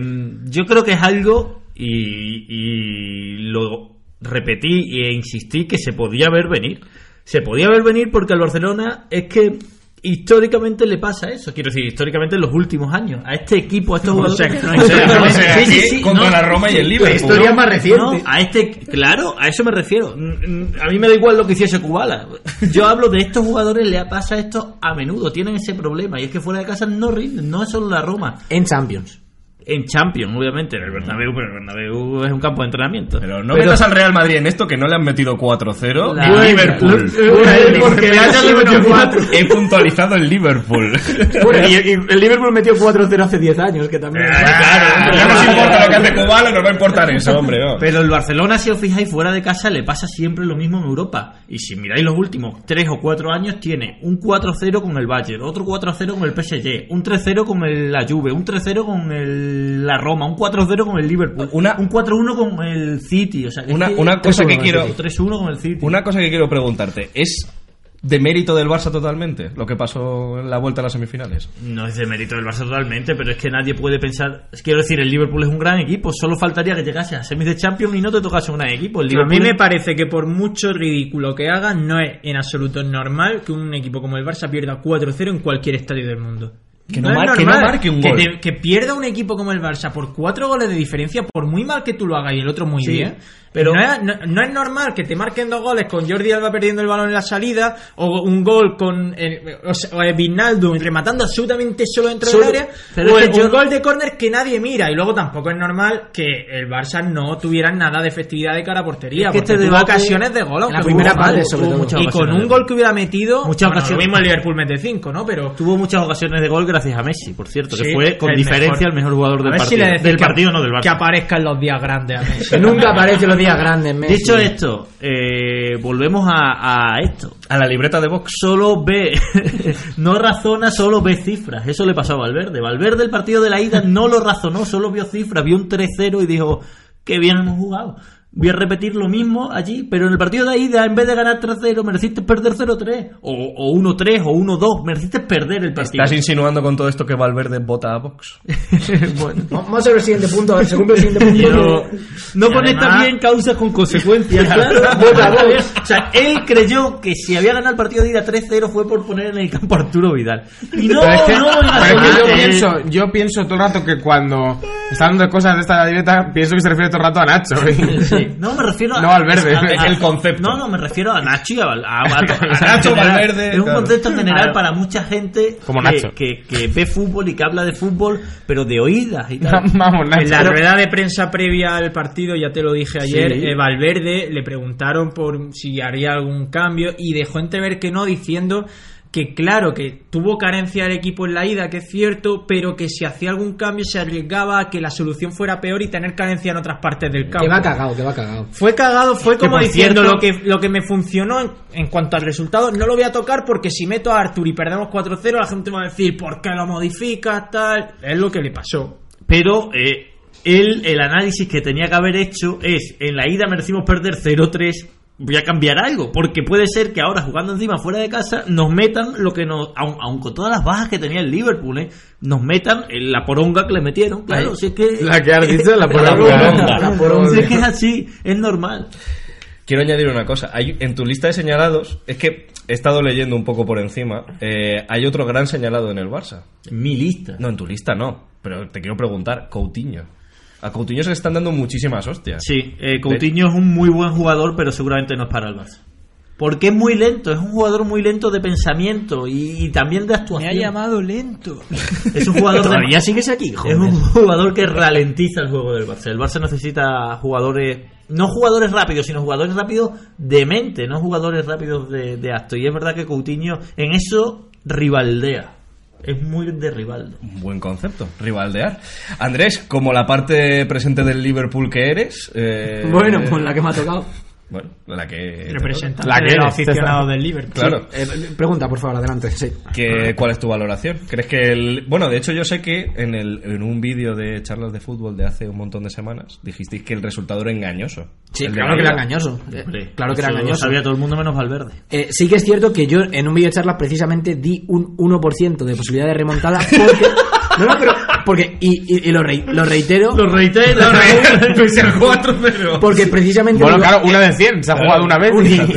yo creo que es algo y, y lo repetí e insistí que se podía ver venir. Se podía ver venir porque al Barcelona es que históricamente le pasa eso. Quiero decir, históricamente en los últimos años. A este equipo, a estos jugadores...
sea, que no hay-
O sea, no, o
Sí,
sea,
sí,
que
sí,
contra
no.
la Roma y el Liverpool.
historia más reciente.
No, a este, claro, a eso me refiero. Mm, mm, A mí me da igual lo que hiciese Kubala. Yo hablo de estos jugadores, le pasa esto a menudo, tienen ese problema. Y es que fuera de casa no rinden, no es solo la Roma.
En Champions.
En Champions, obviamente, en el Bernabéu, pero el Bernabéu es un campo de entrenamiento.
Pero no metas al Real Madrid en esto que no le han metido 4-0
La-
el Liverpool.
porque le han dado menos cuatro.
He puntualizado el Liverpool.
Bueno, y, y el Liverpool metió 4-0 hace 10 años, que también.
Ah,
claro, no nos importa lo que hace Cubala, nos va a importar eso, hombre. no.
Pero el Barcelona, si os fijáis, fuera de casa le pasa siempre lo mismo en Europa. Y si miráis los últimos 3 o 4 años, tiene un 4-0 con el Bayern, otro 4-0 con el PSG, un 3-0 con el, la Juve, un 3-0 con el, la Roma, un 4-0 con el Liverpool,
Una-
un 4-1 con el City. O sea, es
Una-
que-
una cosa que
3-1
quiero-
con el City, 3-1 con el City.
Una cosa que quiero preguntarte, ¿es de mérito del Barça totalmente lo que pasó en la vuelta a las semifinales?
No es de mérito del Barça totalmente, pero es que nadie puede pensar. Quiero decir, el Liverpool es un gran equipo. Solo faltaría que llegase a semis de Champions y no te tocase un gran equipo. El
A
Liverpool
mí me
es-
parece que por mucho ridículo que haga, no es en absoluto normal que un equipo como el Barça pierda 4-0 en cualquier estadio del mundo.
Que no mar- que no marque un
que
gol.
te- que pierda un equipo como el Barça por cuatro goles de diferencia, por muy mal que tú lo hagas y el otro muy
Sí,
bien.
pero-
Pero no es, no- no es normal que te marquen dos goles con Jordi Alba perdiendo el balón en la salida o un gol con eh, o sea, o, eh, Wijnaldum rematando absolutamente solo dentro
Solo-
del área
pero
o
es
el-
que
un
yo-
gol de córner que nadie mira y luego tampoco es normal que el Barça no tuviera nada de efectividad de cara a portería
Es que
porque
este
tuvo
debate-
ocasiones de gol
En la
aunque
primera
hubo-
parte,
hubo-
sobre
hubo
todo.
muchas y con
ocasiones de
un gol que hubiera metido
Muchas
bueno,
ocasiones.
lo mismo el Liverpool mete 5 ¿no? pero
Tuvo muchas ocasiones de gol gracias a Messi, por cierto, que
Sí,
fue con
el
diferencia el mejor jugador
A
del
ver si
partido.
le decís
del
que-
partido, no del
Que
Barça.
aparezcan los días grandes a Messi.
Nunca aparece los días grandes, Messi.
Dicho esto, eh, volvemos a, a esto.
A la libreta de Vox.
Solo ve, no razona, solo ve cifras. Eso le pasó a Valverde. Valverde, el partido de la ida, no lo razonó, solo vio cifras. Vio un 3-0 y dijo, qué bien hemos jugado. Voy a repetir lo mismo allí, pero en el partido de ida, en vez de ganar 3-0, mereciste perder 0-3. O, o 1-3, o 1-2, mereciste perder el partido.
¿Estás insinuando con todo esto que Valverde vota a Vox?
Bueno.
Vamos a ver el siguiente punto, a ver, se cumple el siguiente punto.
Pero no
Y
pone
además-
también causas con consecuencias. claro. o sea, él creyó que si había ganado el partido de ida 3-0 fue por poner en el campo a Arturo Vidal. Y no,
Pero es que-
no,
pero es que
oiga,
yo,
eh,
pienso, yo pienso todo el rato que cuando Está hablando de cosas de esta libreta, pienso que se refiere todo el rato a Nacho.
Sí. No, me refiero a-
No, al verde.
a- a-
El concepto.
No, no, me refiero a Nacho y a, Val- a Val- a
Nacho,
en general.
Valverde,
Es un
claro.
concepto general
Claro.
para mucha gente
Como
que,
Nacho.
Que, que ve fútbol y que habla de fútbol, pero de oídas y tal.
Vamos, Nacho.
En la rueda de prensa previa al partido, ya te lo dije ayer,
Sí.
eh, Valverde le preguntaron por si haría algún cambio y dejó entrever que no, diciendo que claro, que tuvo carencia el equipo en la ida, que es cierto, pero que si hacía algún cambio se arriesgaba a que la solución fuera peor y tener carencia en otras partes del campo.
Que va cagado, que va cagado.
Fue cagado, fue como
por
diciendo
cierto-
lo que, lo que me funcionó en, en cuanto al resultado, no lo voy a tocar porque si meto a Artur y perdemos 4-0, la gente va a decir, ¿por qué lo modificas? Tal. Es lo que le pasó.
Pero eh, él, el análisis que tenía que haber hecho es, en la ida merecimos perder 0-3, voy a cambiar algo, porque puede ser que ahora jugando encima fuera de casa nos metan lo que nos, aun, aun con todas las bajas que tenía el Liverpool, eh, nos metan en la poronga que le metieron, claro, si es que...
La que has dicho, la
poronga.
poronga.
La poronga. Si es que es así, es normal.
Quiero añadir una cosa. Hay- en tu lista de señalados, es que he estado leyendo un poco por encima. eh, hay otro gran señalado en el Barça.
Mi lista.
No, en tu lista no. Pero te quiero preguntar, Coutinho. A Coutinho se le están dando muchísimas hostias.
Sí, eh, Coutinho es un muy buen jugador, pero seguramente no es para el Barça. Porque es muy lento, es un jugador muy lento de pensamiento y, y también de actuación.
lento.
Es un jugador de-
Todavía sigues aquí, joder.
Es un jugador que ralentiza el juego del Barça. El Barça necesita jugadores, no jugadores rápidos, sino jugadores rápidos de mente, no jugadores rápidos de, de acto. Y es verdad que Coutinho en eso rivaldea. Es muy de rivaldo.
Un buen concepto, rivaldear. Andrés, como la parte presente del Liverpool que eres. eh,
Bueno, pues la que me ha tocado.
Bueno, la que.
Representante
La que
de los
eres,
aficionados del Liverpool.
Claro.
Eh, pregunta, por favor, adelante. Sí.
Que- ¿Cuál es tu valoración? Ah. ¿Crees que el.? Bueno, de hecho, yo sé que en, el, en un vídeo de charlas de fútbol de hace un montón de semanas dijisteis que el resultado era engañoso.
Sí,
El de
claro
la
que era
ida.
engañoso. Eh, claro que era
Eso lo
engañoso.
Sabía todo el mundo menos Valverde.
Eh, sí que es cierto que yo en un vídeo de charlas precisamente di un 1% de posibilidad de remontada porque... No, no, pero... Porque... Y, y- y lo, re- lo reitero
Lo reitero.
Pese al 4-0.
porque precisamente...
Bueno,
digo-
claro, una de 100, se ha jugado una vez.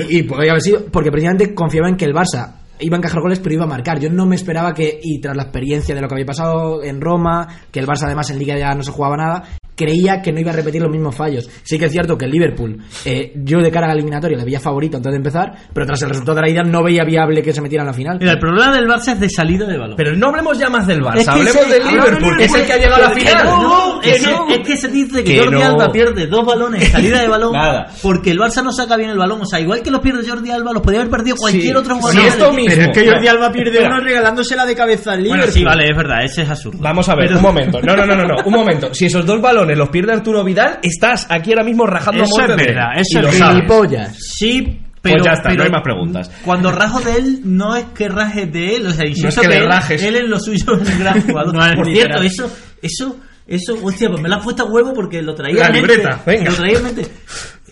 Y, y podría haber sido... Porque precisamente confiaba en que el Barça iba a encajar goles pero iba a marcar. Yo no me esperaba que... Y tras la experiencia de lo que había pasado en Roma, que el Barça además en Liga ya no se jugaba nada... Creía que no iba a repetir los mismos fallos. Sí que es cierto que el Liverpool, eh, yo de cara a la eliminatoria, le veía favorito antes de empezar, pero tras el resultado de la ida no veía viable que se metiera en la final.
Mira, el problema del Barça es de salida de balón.
Pero no hablemos ya más del Barça,
Es que
hablemos
ese-
del
hablamos
Liverpool,
del
que es el que ha llegado a la
Liverpool.
final.
No,
Que
es, que-
no.
es que se dice que,
Que
Jordi
no.
Alba pierde dos balones en salida de balón
Nada.
porque el Barça no saca bien el balón. O sea, igual que los pierde Jordi Alba, los podía haber perdido cualquier
Sí.
otro
Sí,
jugador.
esto mismo.
Pero es que Jordi
Alba
pierde uno regalándosela de cabeza al Liverpool.
Bueno, sí, vale, es verdad, ese es absurdo.
Vamos a ver, un momento. No, no, no, no, no, un momento. Si esos dos balones los pierde Arturo Vidal, estás aquí ahora mismo rajando
Eso
a muerte
es
de él.
verdad, eso
Y
es
lo
verdad.
sabes.
Gilipollas.
Sí, pero.
Pues ya está,
pero
no hay más preguntas.
Cuando rajo de él, no es que rajes de él, o sea, insisto
que le
él-
rajes.
Él en lo suyo es un gran jugador.
No es
Por
literal.
cierto, eso, eso, eso, hostia, pues me lo has puesto a huevo porque lo traía
La
en mente.
libreta, venga.
Lo traía en mente.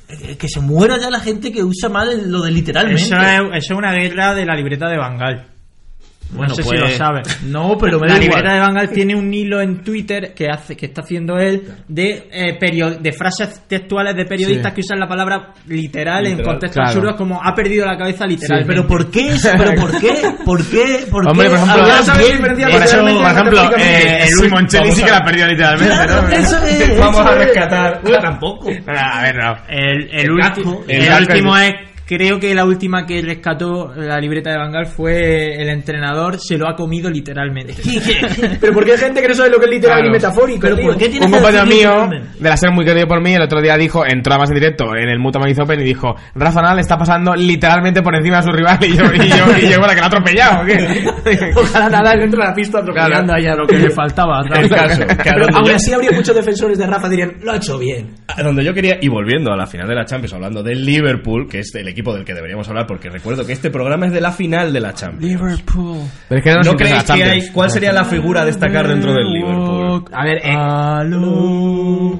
Eh, Que se muera ya la gente que usa mal el- lo de literalmente.
Eso es, eso es una guerra de la libreta de Bangal.
Bueno,
no sé
pues-
si lo sabes.
No, pero me
la
da igual.
libreta de Bangal tiene un hilo en Twitter que hace que está haciendo él de eh, perio- de frases textuales de periodistas
Sí.
que usan la palabra literal, en
Literal,
contextos
claro.
absurdos como ha perdido la cabeza literal.
Sí, pero ¿por qué eso? ¿Pero por qué? ¿Por qué? ¿Por
Hombre, pues,
qué?
por ejemplo,
hablar
ya sabes
bien?
Por
diferenciar
Eso-
eso, por ejemplo,
Literalmente,
eh,
sí,
Simoncelli
vamos
sí
a
que
ver.
la perdió literalmente,
Claro,
¿no?
eso es,
Vamos
eso
a
es.
rescatar.
Bueno, tampoco.
No, a ver, no.
El, el,
casco,
ulti-
el
el
casco
último es, creo que la última que rescató la libreta de Bangal fue el entrenador, se lo ha comido literalmente.
Pero porque hay gente que no sabe lo que es literal
Claro.
y metafórico.
Pero ¿por
tío.
qué tiene
Un
que
compañero
decirlo
mío,
literalmente?
de la ser muy querido por mí, el otro día dijo, entró además en directo en el Muta Madrid Open y dijo, Rafa Nadal está pasando literalmente por encima de su rival y yo, y yo, y yo bueno, que lo ha atropellado. ¿o qué?
Ojalá nada dentro de la pista
Claro.
atropellando allá lo que le faltaba.
El caso, que a
Pero
ah,
donde
aún
yo-
así habría muchos defensores de Rafa dirían, lo ha hecho bien.
A donde yo quería, y volviendo a la final de la Champions, hablando del Liverpool, que es el equipo del que deberíamos hablar, porque recuerdo que este programa es de la final de la Champions.
Liverpool.
Pero es que no nos
¿No
interesa
creéis
la
que
Champions.
hay, cuál sería la figura a destacar dentro del Liverpool?
A ver, eh,
Aló.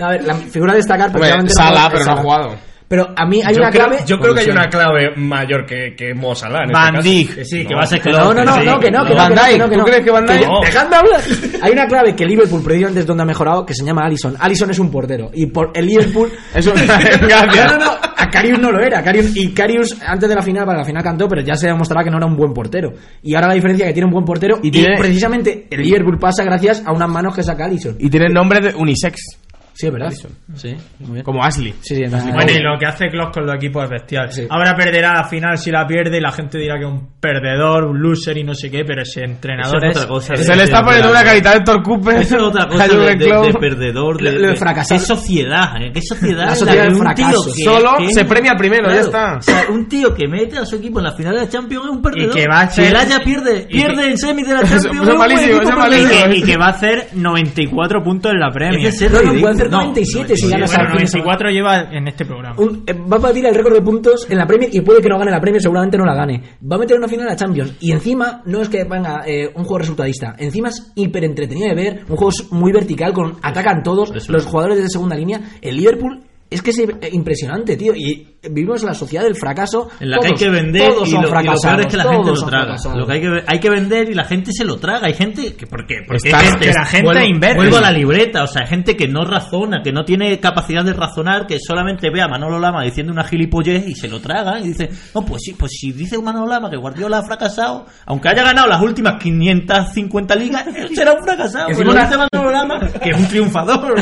a ver, la figura a destacar
Hombre,
prácticamente
Salah,
Rafa-
pero no ha
Salah.
jugado.
Pero a mí hay
Yo
una
creo,
clave.
yo creo que hay una clave mayor que, que Mo Salah en este
Van
caso.
Dijk.
Que
Sí, que va a ser que
No, no, no, no, que no, que no,
Van
que no,
Dijk,
que no, que
¿tú
no.
crees que Van
Que-
Dijk?
dejadme hablar. Hay una clave que Liverpool precisamente es donde ha mejorado, que se llama Allison. Allison es un portero. Y por el Liverpool
Eso, gracias.
No, no, no. Karius no lo era. Karius, y Karius, antes de la final, para la final cantó, pero ya se demostraba que no era un buen portero. Y ahora la diferencia es que tiene un buen portero y,
tiene-
precisamente el Liverpool pasa gracias a unas manos que saca Alisson.
Y tiene nombre de unisex,
Sí, es verdad. Sí, muy bien.
como Ashley.
Sí, sí, es
Bueno, y lo que hace Klopp con los equipos es bestial.
Sí.
Ahora perderá la final si la pierde y la gente dirá que es un perdedor, un loser y no sé qué, pero ese entrenador
Eso es otra cosa.
es-
Se le está
sí,
poniendo
claro.
una carita a Héctor Cooper.
Eso es otra
a
cosa de,
Jürgen
de-
Klopp.
de perdedor. De,
Lo- lo de
de-
fracasar.
Qué sociedad, ¿eh? Qué sociedad.
La
en
sociedad
que
del
un tío
fracaso.
que-
Solo
que-
se premia primero, ya está.
O sea, un tío que mete a su equipo en la final de la Champions es un perdedor.
que va a ser-
Si el Ajax pierde,
y que-
pierde en semis de la
Eso- eso
Champions. es un buen
malísimo,
equipo
eso
para
malísimo.
perder.
Y que, y que va a hacer 94 puntos en la Premier.
Es de ser
No, no,
ridículo.
puede hacer 97 si
Sí,
ganas
bueno,
al fin de semana.
94 lleva en este programa.
Un- eh, va a batir el récord de puntos en la Premier y puede que no gane la Premier, seguramente no la gane. Va a meter una final a la Champions. Y encima, no es que venga eh, un juego resultadista, encima es hiper entretenido de ver, un juego s- muy vertical, con atacan todos,
Eso
los
es.
jugadores de segunda línea. El Liverpool es que es eh, impresionante, tío. Y vivimos en la sociedad del fracaso.
En la
Todos-
que hay que vender
todos
y
son
lo, y lo
fracasados.
peor es que la gente
todos
lo
son
traga.
fracasados.
Lo que hay que, ve- hay que vender y la gente se lo traga. Hay gente que porque porque
Está-
hay
que la gente
vuelvo,
inverte.
vuelvo a la libreta, o sea, hay gente que no razona, que no tiene capacidad de razonar, que solamente ve a Manolo Lama diciendo una gilipollez y se lo traga y dice, "No, pues sí, pues si dice Manolo Lama que Guardiola ha fracasado, aunque haya ganado las últimas 550 ligas, él será un fracasado."
Es
Pues lo
una-
dice Manolo Lama, que es un triunfador.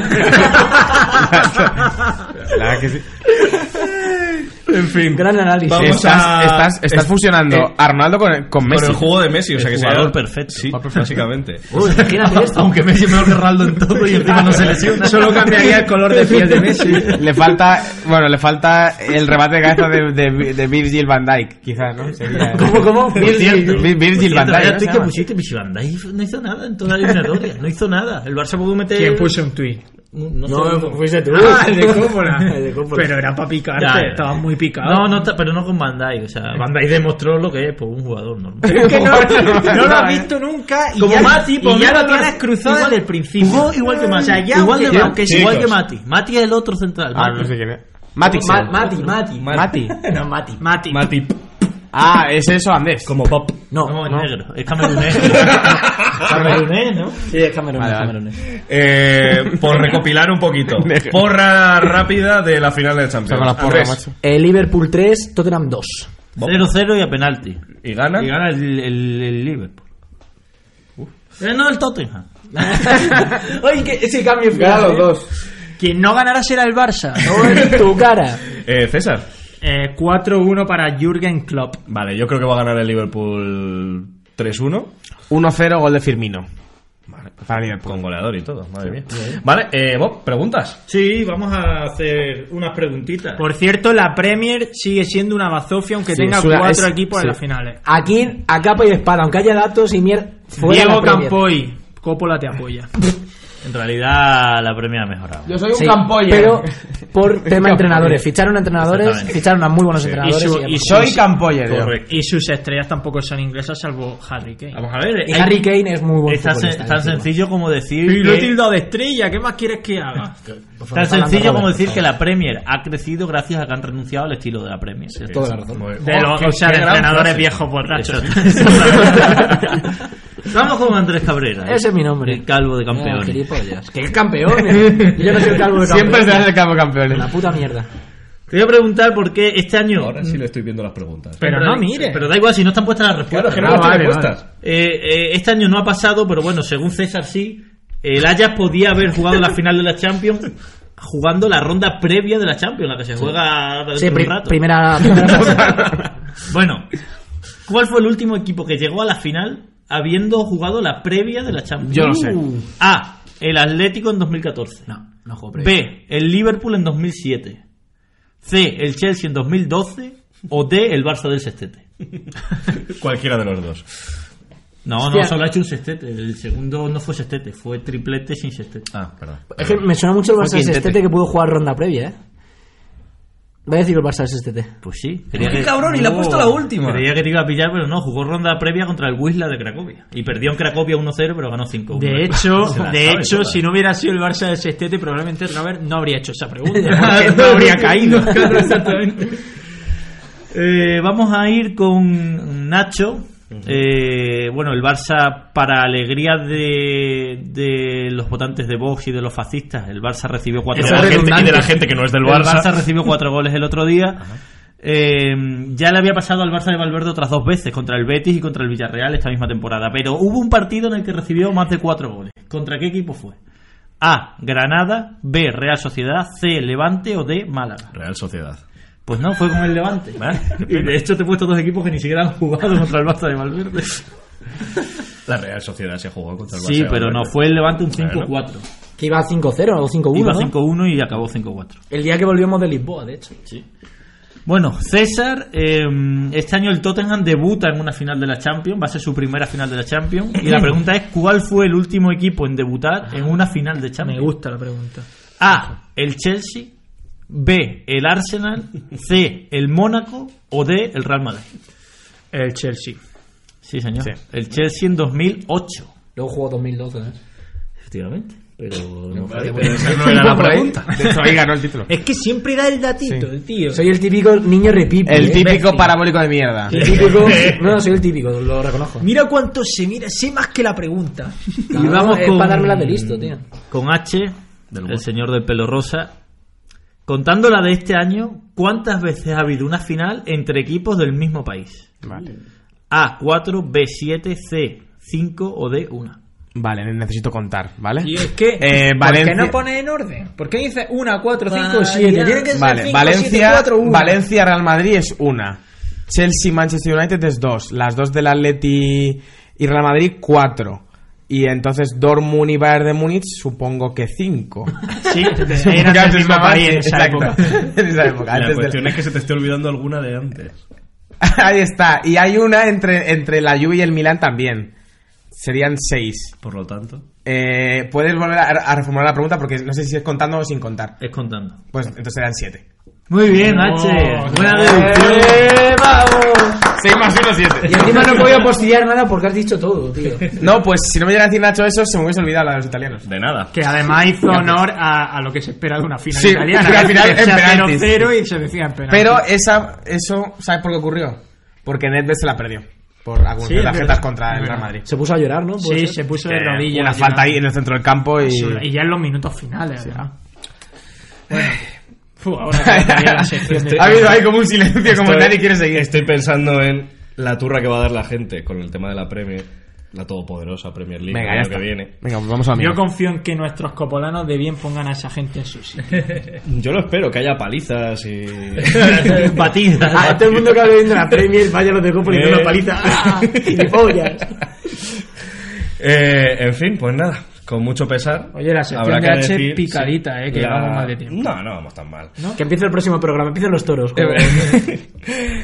La verdad que sí.
en fin,
Gran análisis.
Vamos
Estás,
a-
estás, estás
es-
fusionando
eh,
a Ronaldo con, con Messi.
Con el juego de Messi, o
El
sea que
jugador
sea-
perfecto.
Sí, básicamente.
Uy, imagínate esto.
aunque Messi es mejor que Ronaldo en todo y encima no se lesiona.
Solo cambiaría el color de piel de Messi.
Le falta, bueno, le falta el remate de cabeza de, de, de Virgil van Dijk, quizás, ¿no? Sería-
¿Cómo, cómo?
Vir- Vir- Virgil van
Vaya
Dijk. ¿no?
tuit
Ah.
que pusiste, Virgil van Dijk no hizo nada en toda la eliminatoria, no hizo nada. El Barça pudo meter...
¿Quién puso un tuit?
No,
No,
no,
fuiste tú.
Ah, el de Coppola.
El de Coppola.
Pero era para picarte,
Ya, ya.
estabas muy picado.
no, no, ta- pero no con Van Dijk. O sea, Van Dijk demostró lo que es pues, un jugador normal.
Es que no, no lo has visto nunca y
Como
ya,
Mati,
y
pues
ya
mira,
lo tienes cruzado
igual-
desde el principio.
Jugó igual que Mati.
O sea, ya
igual,
aunque-
de Mati,
aunque-
igual que
Chicos.
Mati. Mati es el otro central.
Ah, no
Mati.
sé quién es. Matix.
Ma- Mati, Mati,
Mati.
No, Mati.
Mati.
Mati, p-
Ah, es eso, Andrés.
como pop.
No,
No, es
no.
negro. Es camerunés. camerunés, ¿no?
Sí, es Cameron,
Vale, vale.
Cameron.
Eh, por recopilar un poquito.
Negro.
Porra rápida de la final del
Está
Champions.
con las porras,
Andrés,
macho.
Eh, Liverpool 3, Tottenham 2.
0-0 y a penalti.
¿Y gana?
Y gana el, el, el Liverpool. Eh, no, el Tottenham.
Oye, que ese cambio final. ¿eh?
dos.
Quien no ganará será el Barça.
No, en tu cara.
Eh, César.
Eh, 4-1 para Jürgen Klopp.
Vale, yo creo que va a ganar el Liverpool 3-1.
1-0, gol de Firmino.
Vale.
pues
Para Liverpool.
Con goleador y todo, madre mía. Vale, eh, Bob, preguntas.
Sí, vamos a hacer unas preguntitas.
Por cierto, la Premier sigue siendo una bazofia aunque
Sí,
tenga
es una-
cuatro
es-
equipos
sí.
en las finales.
Aquí, a capa y espada, aunque haya datos y mierda. fuera
Diego
la Premier.
Campoy, Coppola te apoya.
En realidad, la premia ha mejorado.
soy
Sí, pero por tema entrenadores. Ficharon a entrenadores,
Exactamente.
ficharon a muy buenos
Y,
entrenadores.
su- y
y-
Soy
sus-
Campoyer, yo.
Correcto.
y sus estrellas tampoco son inglesas salvo Harry Kane.
Vamos a ver. eh,
y
hay-
Harry Kane es muy buen
es tan, sen-
futbolista. eh,
tan
encima.
sencillo como decir.
Y lo he
que-
tildado de estrella, ¿qué más quieres que haga?
tan sencillo como
Robert,
decir
por
que la Premier ha crecido gracias a que han renunciado al estilo de la Premier.
Eh,
toda la razón.
muy-
De
Oh,
los,
qué-
o sea,
qué
de
gran
entrenadores
frase.
viejos borrachos.
Eso. Vamos con Andrés Cabrera.
Ese es mi nombre.
El calvo de
Ah,
campeón.
gilipollas. Que es campeón. eh. Yo no soy el calvo de campeón.
Siempre serás el campo
La
campeón.
puta mierda.
Te voy a preguntar por qué este año.
Ahora sí le estoy viendo las preguntas.
Pero no mire.
Pero da igual si no están puestas las
Claro, es
respuestas.
que no
Ah,
las tiene
vale,
puestas.
Eh, eh, este año no ha pasado, pero bueno, según César sí, el Ajax podía haber jugado la final de la Champions jugando la ronda previa de la Champions, la que se juega ahora
Sí,
dentro de un
pri-
rato.
primera. primera-
Bueno, ¿cuál fue el último equipo que llegó a la final habiendo jugado la previa de la Champions? Uh.
Yo no sé.
A. El Atlético en 2014.
no, no juego previo.
B. El Liverpool en 2007. C. El Chelsea en 2012. O D. El Barça del Sestete.
Cualquiera de los dos.
No,
Hostia.
no, solo ha hecho un sextete. El segundo no fue sextete, fue triplete sin sextete.
Ah, perdón.
Es que me suena mucho el
Fue
Barça del
quintete.
Sestete que pudo jugar ronda previa, ¿eh? Voy a decir el Barça del Sestete.
Pues sí.
¡Qué cabrón! Y le ha puesto la última.
Creía que te iba a pillar, pero no. Jugó ronda previa contra el Wisla de Cracovia. Y perdió en Cracovia 1-0, pero ganó 5-1.
De hecho,
Se la
de
sabe
hecho,
toda.
si no hubiera sido el Barça del Sestete, probablemente Robert no habría hecho esa pregunta.
Porque
porque no habría caído.
Claro, exactamente. Eh, vamos a ir con Nacho, Eh, bueno, el Barça, para alegría de, de los votantes de Vox y de los fascistas, el Barça recibió cuatro
Y de,
Eso
la
es
goles.
gente, y de la
redundante.
gente que no es del
El
Barça.
Barça recibió cuatro goles el otro día. Eh, ya le había pasado al Barça de Valverde otras dos veces, contra el Betis y contra el Villarreal esta misma temporada. Pero hubo un partido en el que recibió más de cuatro goles. ¿Contra qué equipo fue? A. Granada. B. Real Sociedad. C. Levante. O D. Málaga.
Real Sociedad.
Pues no, fue con el Levante. Y de hecho te he puesto dos equipos que ni siquiera han jugado contra el Barça de Valverde.
La Real Sociedad se jugó contra el Barça.
Sí, pero no, fue el Levante un 5-4.
Que iba 5-0 o 5-1.
Iba
¿no?
5-1 y acabó 5-4.
El día que volvíamos de Lisboa, de hecho.
Bueno, César, eh, este año el Tottenham debuta en una final de la Champions, va a ser su primera final de la Champions. Y la pregunta es, ¿cuál fue el último equipo en debutar en una final de
Me
Champions?
gusta la pregunta.
A, el Chelsea, B, el Arsenal, C, el Mónaco o D, el Real Madrid.
El Chelsea.
Sí, señor. El Chelsea en 2008.
Luego jugó 2012, ¿eh?
Efectivamente. Pero no fue ahí.
Esa no era la pregunta.
De hecho, ahí ganó el título.
Es que siempre da el datito, el tío.
Soy el típico niño repipi.
El
¿eh?
típico parabólico de mierda.
El típico. No, soy el típico, lo reconozco.
Mira cuánto se mira, sé más que la pregunta.
Y vamos es para dármela de listo, tío.
Con H, el señor del pelo rosa. Contando la de este año, ¿cuántas veces ha habido una final entre equipos del mismo país?
Vale.
A, 4, B, 7, C, 5 o D, 1.
Vale, necesito contar, ¿vale?
Y es que,
Eh,
¿por qué
Valencia-
no pone en orden? ¿Por qué dice 1, 4, 5,
Vaya.
7? Tiene que ser
Vale,
5,
Valencia,
7, 4, 1.
Valencia Real Madrid es una. Chelsea Manchester United es dos. Las dos del Atleti y Real Madrid cuatro. Y entonces Dortmund y Bayern de Múnich supongo que cinco.
Sí,
Supongo que
era el
antes
mismo
estaba-
país en esa
exacto,
época.
en esa época,
La
antes del-
cuestión es que se te esté olvidando alguna de antes.
Ahí está. Y hay una entre, entre la Juve y el Milan también. Serían seis.
Por lo tanto.
Eh, Puedes volver a, a reformular la pregunta porque no sé si es contando o sin contar.
Es contando.
Pues entonces serán siete.
Muy bien, H. Buena deducción.
Eh, Seis más uno, siete.
Y encima no podía postillar nada porque has dicho todo, tío.
No, pues si no me llega a decir Nacho eso, se me hubiese olvidado la de los italianos.
De nada.
Que además hizo honor a, a lo que se espera de una final
Sí,
italiana.
una final en
O sea,
penaltis.
0-0 y se decía en penaltis.
Pero esa, eso, ¿sabes por qué ocurrió? Porque Nedved se la perdió. Por
Sí,
algunas
es
las
verdad.
jetas contra el
Es
Real
verdad.
Madrid.
Se puso a llorar, ¿no? Puede
Sí,
ser.
se puso de rodillas.
Eh, Una falta ahí en el centro del campo y...
Y ya en los minutos finales, ¿verdad? Bueno. Fu, ahora que acabaría la sección de-
ha habido ahí como un silencio, como
Estoy-
Pues nadie quiere seguir.
Pues Estoy pensando en la turra que va a dar la gente con el tema de la Premier, la todopoderosa Premier League
Venga,
el
ya
año
está.
que viene.
Venga, pues vamos a mí.
Yo confío en que nuestros copolanos de bien pongan a esa gente en su sitio.
Yo lo espero, que haya palizas y.
Eh,
Batida.
Ah, todo el mundo que habla viendo la Premier, vaya los dejó poniendo
Eh.
una paliza. ¡Ah! ¡Gilipollas!
Eh, en fin, pues nada, con mucho pesar.
Oye, la sección
habrá
de
que
H
decir- Ah,
picadita, eh, que vamos mal de tiempo.
No, no vamos tan mal.
Que empiece el próximo programa, empiecen los toros. como-
eh.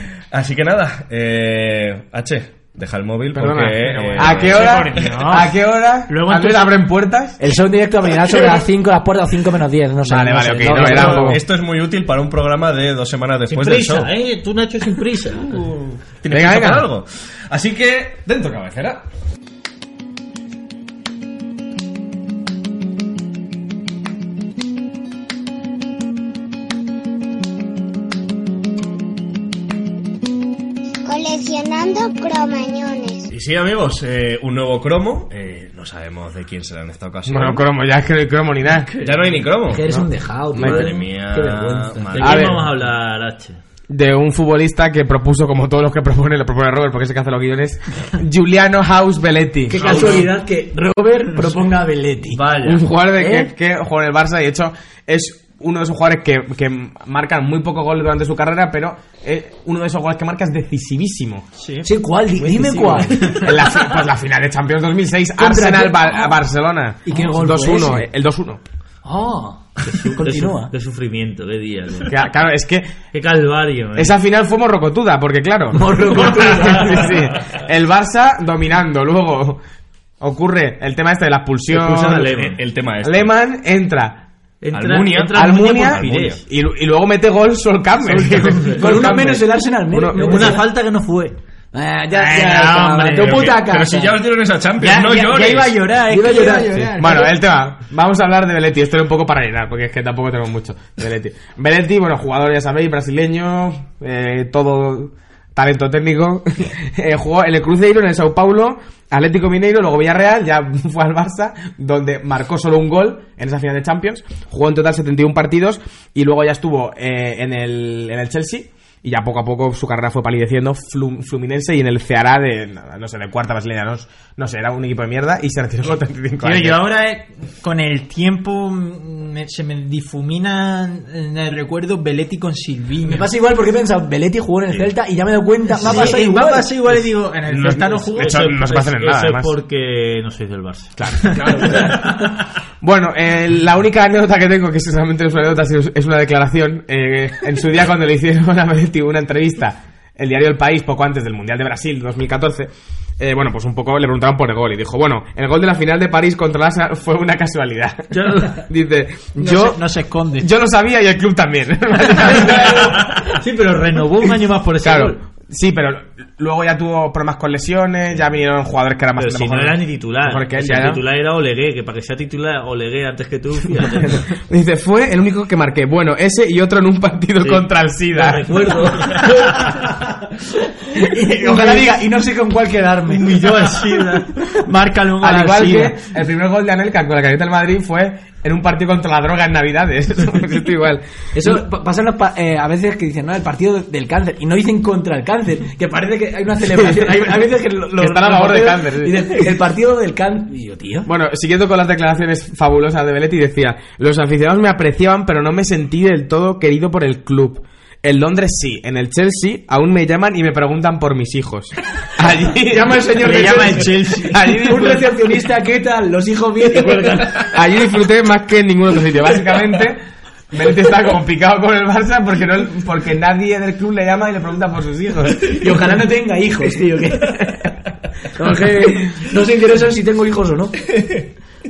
Así que nada, eh, H, deja el móvil
Perdona.
porque. eh,
¿A qué hora?
por Dios.
¿A qué hora?
Luego
¿Antes
entonces-
abren puertas?
El show en directo abrirá sobre las 5, las puertas 5 menos 10, no sé.
Vale,
no
vale,
sé,
ok, no,
sé.
era un poco-
Esto es muy útil para un programa de dos semanas
Sin
después del show.
prisa, ¿eh? Tú, Nacho, sin prisa.
Tienes
Venga,
que tocar
venga.
algo. Así que, dentro cabecera.
Coleccionando cromañones.
Y sí, amigos, eh, un nuevo cromo. Eh, no sabemos de quién será en esta ocasión.
Bueno, cromo, ya es que no hay cromo ni nada.
ya no hay ni cromo.
Que eres un dejado, tío.
Madre mía.
Qué vergüenza.
¿De
Madre-
A
qué
ver.
vamos a hablar, H?
de un futbolista que propuso, como todos los que propone, lo propone Robert, porque es el que hace los guiones, Giuliano House Belletti.
Qué casualidad que Robert proponga a Belletti.
Vaya.
Un jugador de
¿Eh?
que, que jugó en el Barça y de hecho es uno de esos jugadores que, que marcan muy poco gol durante su carrera, pero eh, uno de esos goles que marca es decisivísimo.
Sí, ¿cuál? Di- Dime cuál.
En la, fi- pues la final de Champions 2006,
Contra
Arsenal
qué-
Ba- Barcelona.
¿Y qué gol fue
2-1,
ese?
eh, el 2-1.
Ah,
Qué su-
continúa.
Qué sufrimiento, qué día.
Que,
¿no?
Claro, es que
Qué calvario. ¿eh?
esa final fue morrocotuda, porque claro. Sí, sí. El Barça dominando. Luego ocurre el tema este de la expulsión.
Expulsan a Lehmann.
Eh, El tema es.
Lehmann entra.
Almunia,
Almunia,
por Pires.
y, lu- y luego mete gol Sol Campbell.
Con uno menos el Arsenal.
Uno-
menos-
Una falta que no fue.
Ah, ya, ya,
Venga,
está,
hombre,
tu puta
pero,
casa.
si ya os dieron esa Champions, no llores.
ya iba a llorar,
Iba a llorar.
Sí. Bueno, el tema. Vamos a hablar de Beletti. Esto es un poco para llenar, porque es que tampoco tenemos mucho de Beletti. Beletti, bueno, jugador, ya sabéis, brasileño, eh, todo talento técnico. Eh, jugó en el Cruzeiro, en el Sao Paulo, Atlético Mineiro, luego Villarreal, ya fue al Barça, donde marcó solo un gol en esa final de Champions. Jugó en total 71 partidos y luego ya estuvo eh, en, el, en el Chelsea. Y ya poco a poco su carrera fue palideciendo Flum- Fluminense y en el Ceará de, no no sé, de cuarta brasileña, no, no sé, era un equipo de mierda y se retiró con 35
Tío,
años.
yo ahora eh, con el tiempo mm, me- se me difumina en el recuerdo Beletti con Silviño.
Me pasa igual porque he pensado, Beletti jugó en el Celta y ya me he dado cuenta, me ha pasado
Sí,
igual.
me pasa igual y digo, en el
No,
Celta no
no,
jugó.
de hecho, no se
Eso-
pasan en nada,
Eso
además.
es porque no sois del Barça.
Bueno, eh, la única anécdota que tengo, que es realmente no es una anécdota, sino es una declaración. eh, en su día, cuando le hicieron a Benetti una entrevista, el diario El País, poco antes del Mundial de Brasil 2014, eh, bueno, pues un poco le preguntaron por el gol y dijo, bueno, el gol de la final de París contra el Arsenal fue una casualidad. Dice,
No
yo,
se- no se esconde.
yo lo sabía y el club también. básicamente.
sí, pero renovó un año más por ese
claro.
gol.
Sí, pero luego ya tuvo problemas con lesiones, ya vinieron jugadores que eran más
Pero si
mejor- ¿eh?
no era ni titular.
mejor que él,
si el
ya, ¿no?
titular era Olegué, que para que sea titular Olegué antes que tú, fíjate.
Dice, fue el único que marqué. Bueno, ese y otro en un partido
Sí.
contra el SIDA.
Lo recuerdo.
Ojalá diga, y no sé con cuál quedarme.
Humilló al SIDA. Márcale un gol
Al
al
igual
SIDA.
que el primer gol de Anelka con la camiseta del Madrid fue en un partido contra la droga en Navidades. Esto igual.
Eso pa- pasa en los pa- eh, a veces que dicen, no, el partido de- del cáncer, y no dicen contra el cáncer, que parece que hay una celebración. Hay, hay veces que lo- los-
están a
los
favor del
partidos
cáncer, sí.
dicen, el partido del cáncer. Y yo, tío.
Bueno, siguiendo con las declaraciones fabulosas de Beletti, decía: Los aficionados me apreciaban, pero no me sentí del todo querido por el club. En Londres sí, en el Chelsea aún me llaman y me preguntan por mis hijos. Allí llama el señor
Le
de
llama el
Allí
Un
disfruté-
recepcionista, ¿qué tal? Los hijos bien y cuelgan.
Allí Ah, disfruté más que en ningún otro sitio. Básicamente, Belete está complicado con el Barça porque, no, porque nadie del club le llama y le pregunta por sus hijos.
Y ojalá no tenga hijos, tío. Que... No, que no se interesan si tengo hijos o no.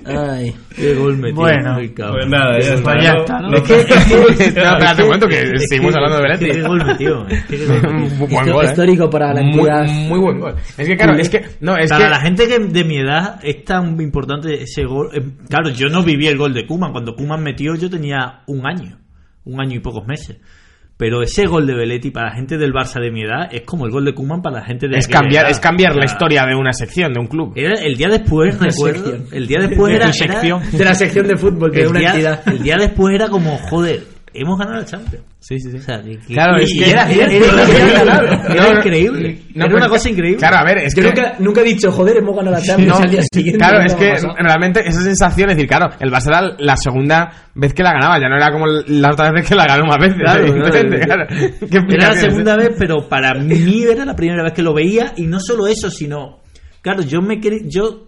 Ay.
Qué gol metió.
Bueno.
muy cabrón.
Pues nada, ya está.
Pues ya está, ¿no?
Lo-
Es que-
Espera, espera, te cuento que seguimos hablando de
Qué
Belete.
gol metió. eh. Qué gol metió.
buen
Histo-
gol, ¿eh?
histórico para la
muy,
entidad.
muy buen gol. Es que claro, es que no es
Para
que
la gente que de mi edad es tan importante ese gol. eh, Claro, yo no viví el gol de Kuman. Cuando Kuman metió, yo tenía un año, un año y pocos meses. Pero ese gol de Beletti para la gente del Barça de mi edad es como el gol de Kuman para la gente de
es
aquella
cambiar
edad.
es cambiar la
O sea,
historia de una sección de un club.
Era el día después, recuerdo.
sección.
El día después
De tu
era,
sección.
era-
De la sección de fútbol, que es
el,
una
día,
entidad.
el día después era como, joder, hemos ganado la Champions.
Sí, sí, sí.
O sea, que- que-
Claro,
y,
es
y
que-
era cierto,
era-
era-
claro.
era
No, no,
increíble.
no,
era
pero
una
es
cosa
que-
increíble.
Claro, a ver, es
Yo
que
nunca, nunca he dicho, joder, hemos ganado la Champions
No,
al día siguiente.
Claro,
no
es
me
que
ha pasado.
realmente esa sensación, es decir, claro, el Barça era la segunda vez que la ganaba, ya no era como la otra vez que la ganó más veces.
Claro,
evidentemente,
claro.
claro. Qué
Era la
explicación es
segunda
esa?
vez, pero para mí era la primera vez que lo veía y no solo eso, sino claro, yo me cre- yo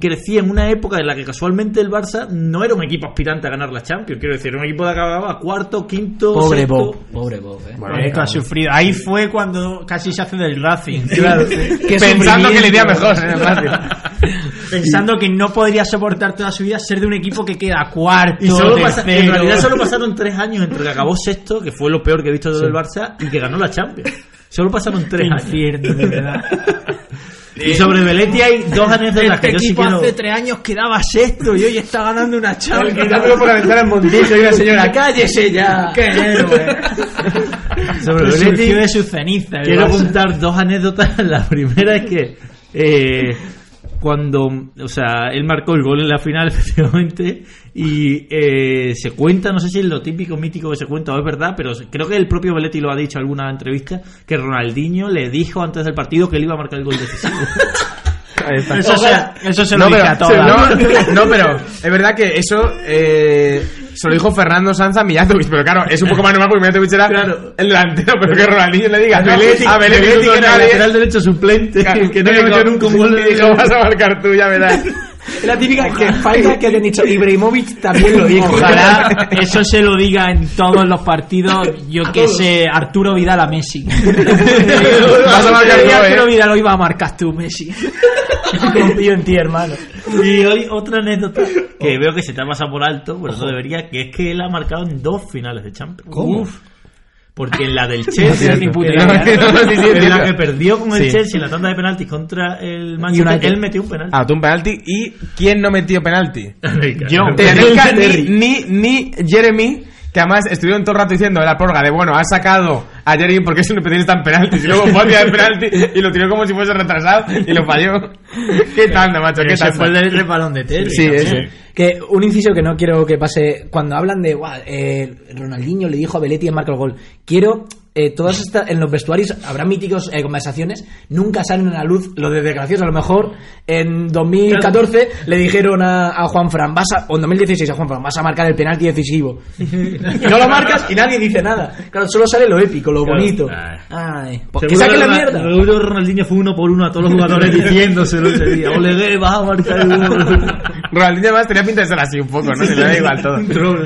crecí en una época en la que casualmente el Barça no era un equipo aspirante a ganar la Champions, quiero decir, era un equipo que acababa cuarto, quinto,
Pobre
sexto.
Bob. Pobre Bob, eh.
Bueno,
Eh, que ha sufrido. Ahí fue cuando casi se hace del Racing.
Qué
Pensando que le iría
sufrimiento.
mejor en el Barça.
Pensando que no podría soportar toda su vida ser de un equipo que queda cuarto.
Y solo pasa- en
tercero.
realidad solo pasaron tres años entre que acabó sexto, que fue lo peor que he visto del Barça, y que ganó la Champions. Solo pasaron
Qué
tres años.
infierno, de verdad.
Y sobre Beletti hay dos anécdotas
Este
que yo sí
equipo
quiero...
hace tres años quedaba sexto y hoy está ganando una Champions.
Quitándolo por la ventana en Montillo y una señora.
Cállese ya.
¡Qué héroe!
Sobre
Pero
Benetti-
surgió de sus cenizas. el
Quiero
Barça.
contar dos anécdotas. La primera es que eh, cuando, o sea, él marcó el gol en la final, efectivamente, y eh, se cuenta, no sé si es lo típico mítico que se cuenta o es verdad, pero creo que el propio Belletti lo ha dicho en alguna entrevista, que Ronaldinho le dijo antes del partido que él iba a marcar el gol decisivo.
Ahí está.
Eso, se, eso se lo
no,
dije
pero,
a todas.
no, no, pero es verdad que eso eh, se lo dijo Fernando Sanz a Mijatovic, pero claro, es un poco más normal porque Mijatovic era el delantero, pero que Ronaldinho le diga a Beletti, tú no eres-
derecho suplente, que no
Digo,
metió nunca un gol
y dijo, vas a marcar tú, ya verás.
La típica que falta que hayan dicho. Ibrahimovic también lo dijo.
Ojalá eso se lo diga en todos los partidos, yo que sé, Arturo Vidal a Messi.
Vas a marcar tú,
Arturo
eh.
Vidal hoy va a marcar tú, Messi.
Confío en ti, hermano.
Y hoy otra anécdota
Oh.
que veo que se te ha pasado por alto, pero no debería, que es que él ha marcado en dos finales de Champions. Uf. Porque en la del Chelsea,
ni puta
en la-
idea. Sí, sí,
en la
sí.
que perdió con el
Sí.
Chelsea en la tanda de penaltis contra el Manchester,
United.
él metió un penalti.
Ah, tú un penalti. ¿Y quién no metió penalti?
Ah,
Yo,
Tenerka ni, ni, ni Jeremy, que además estuvieron todo el rato diciendo en la prórroga de bueno, ha sacado a Jerry porque es un especialista en penaltis. Y luego fue a tirar el penalti y lo tiró como si fuese retrasado y lo falló. Qué tanda, macho, qué
Ese fue el
tanda.
del resbalón de Terry.
Sí, ese.
Que un inciso que no quiero que pase. Cuando hablan de "Buah, eh, Ronaldinho le dijo a Beletti en marca el gol. Quiero. eh, todas estas, en los vestuarios habrá míticos eh, conversaciones, nunca salen a la luz lo de desgracias. A lo mejor en 2014 le dijeron a, a Juan Fran, vas a, o en 2016 a Juan Fran, vas a marcar el penalti decisivo. y no lo marcas y nadie dice nada. Claro, solo sale lo épico, lo bonito. Ay, pues que
Seguro
saquen la
Ronald-
mierda.
Seguro Ronaldinho fue uno por uno a todos los jugadores diciéndoselo ese día. Olegué, vas a marcar el gol.
Ronaldinho además tenía pinta de ser así un poco, ¿no? Se le da igual todo.
Luego-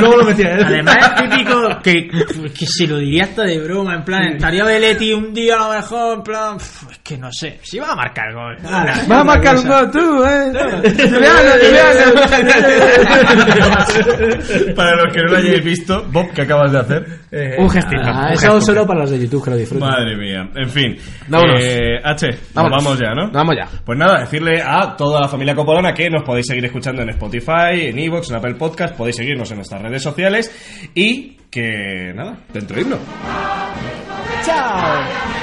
luego lo metía él.
Además es típico que, que se lo diría hasta de broma, en plan, estaría Beletti un día a lo mejor, en plan, pf, es que no sé, si va a marcar el gol. Ahora,
Vas a marcar un gol tú, eh. Juliano, Juliano.
Para los que no lo hayáis visto, Bob, ¿qué acabas de hacer?
Un gestito.
Ah,
un
eso
gesto.
solo para los de YouTube que lo disfruten.
Madre mía. En fin.
Vámonos.
Eh, H, nos
Vámonos.
vamos ya, ¿no?
Nos vamos ya.
Pues nada, decirle a toda la familia Copolona que nos podéis seguir escuchando en Spotify, en Evox, en Apple Podcast, podéis seguirnos en nuestras redes sociales y que nada, dentro himno.
Chao.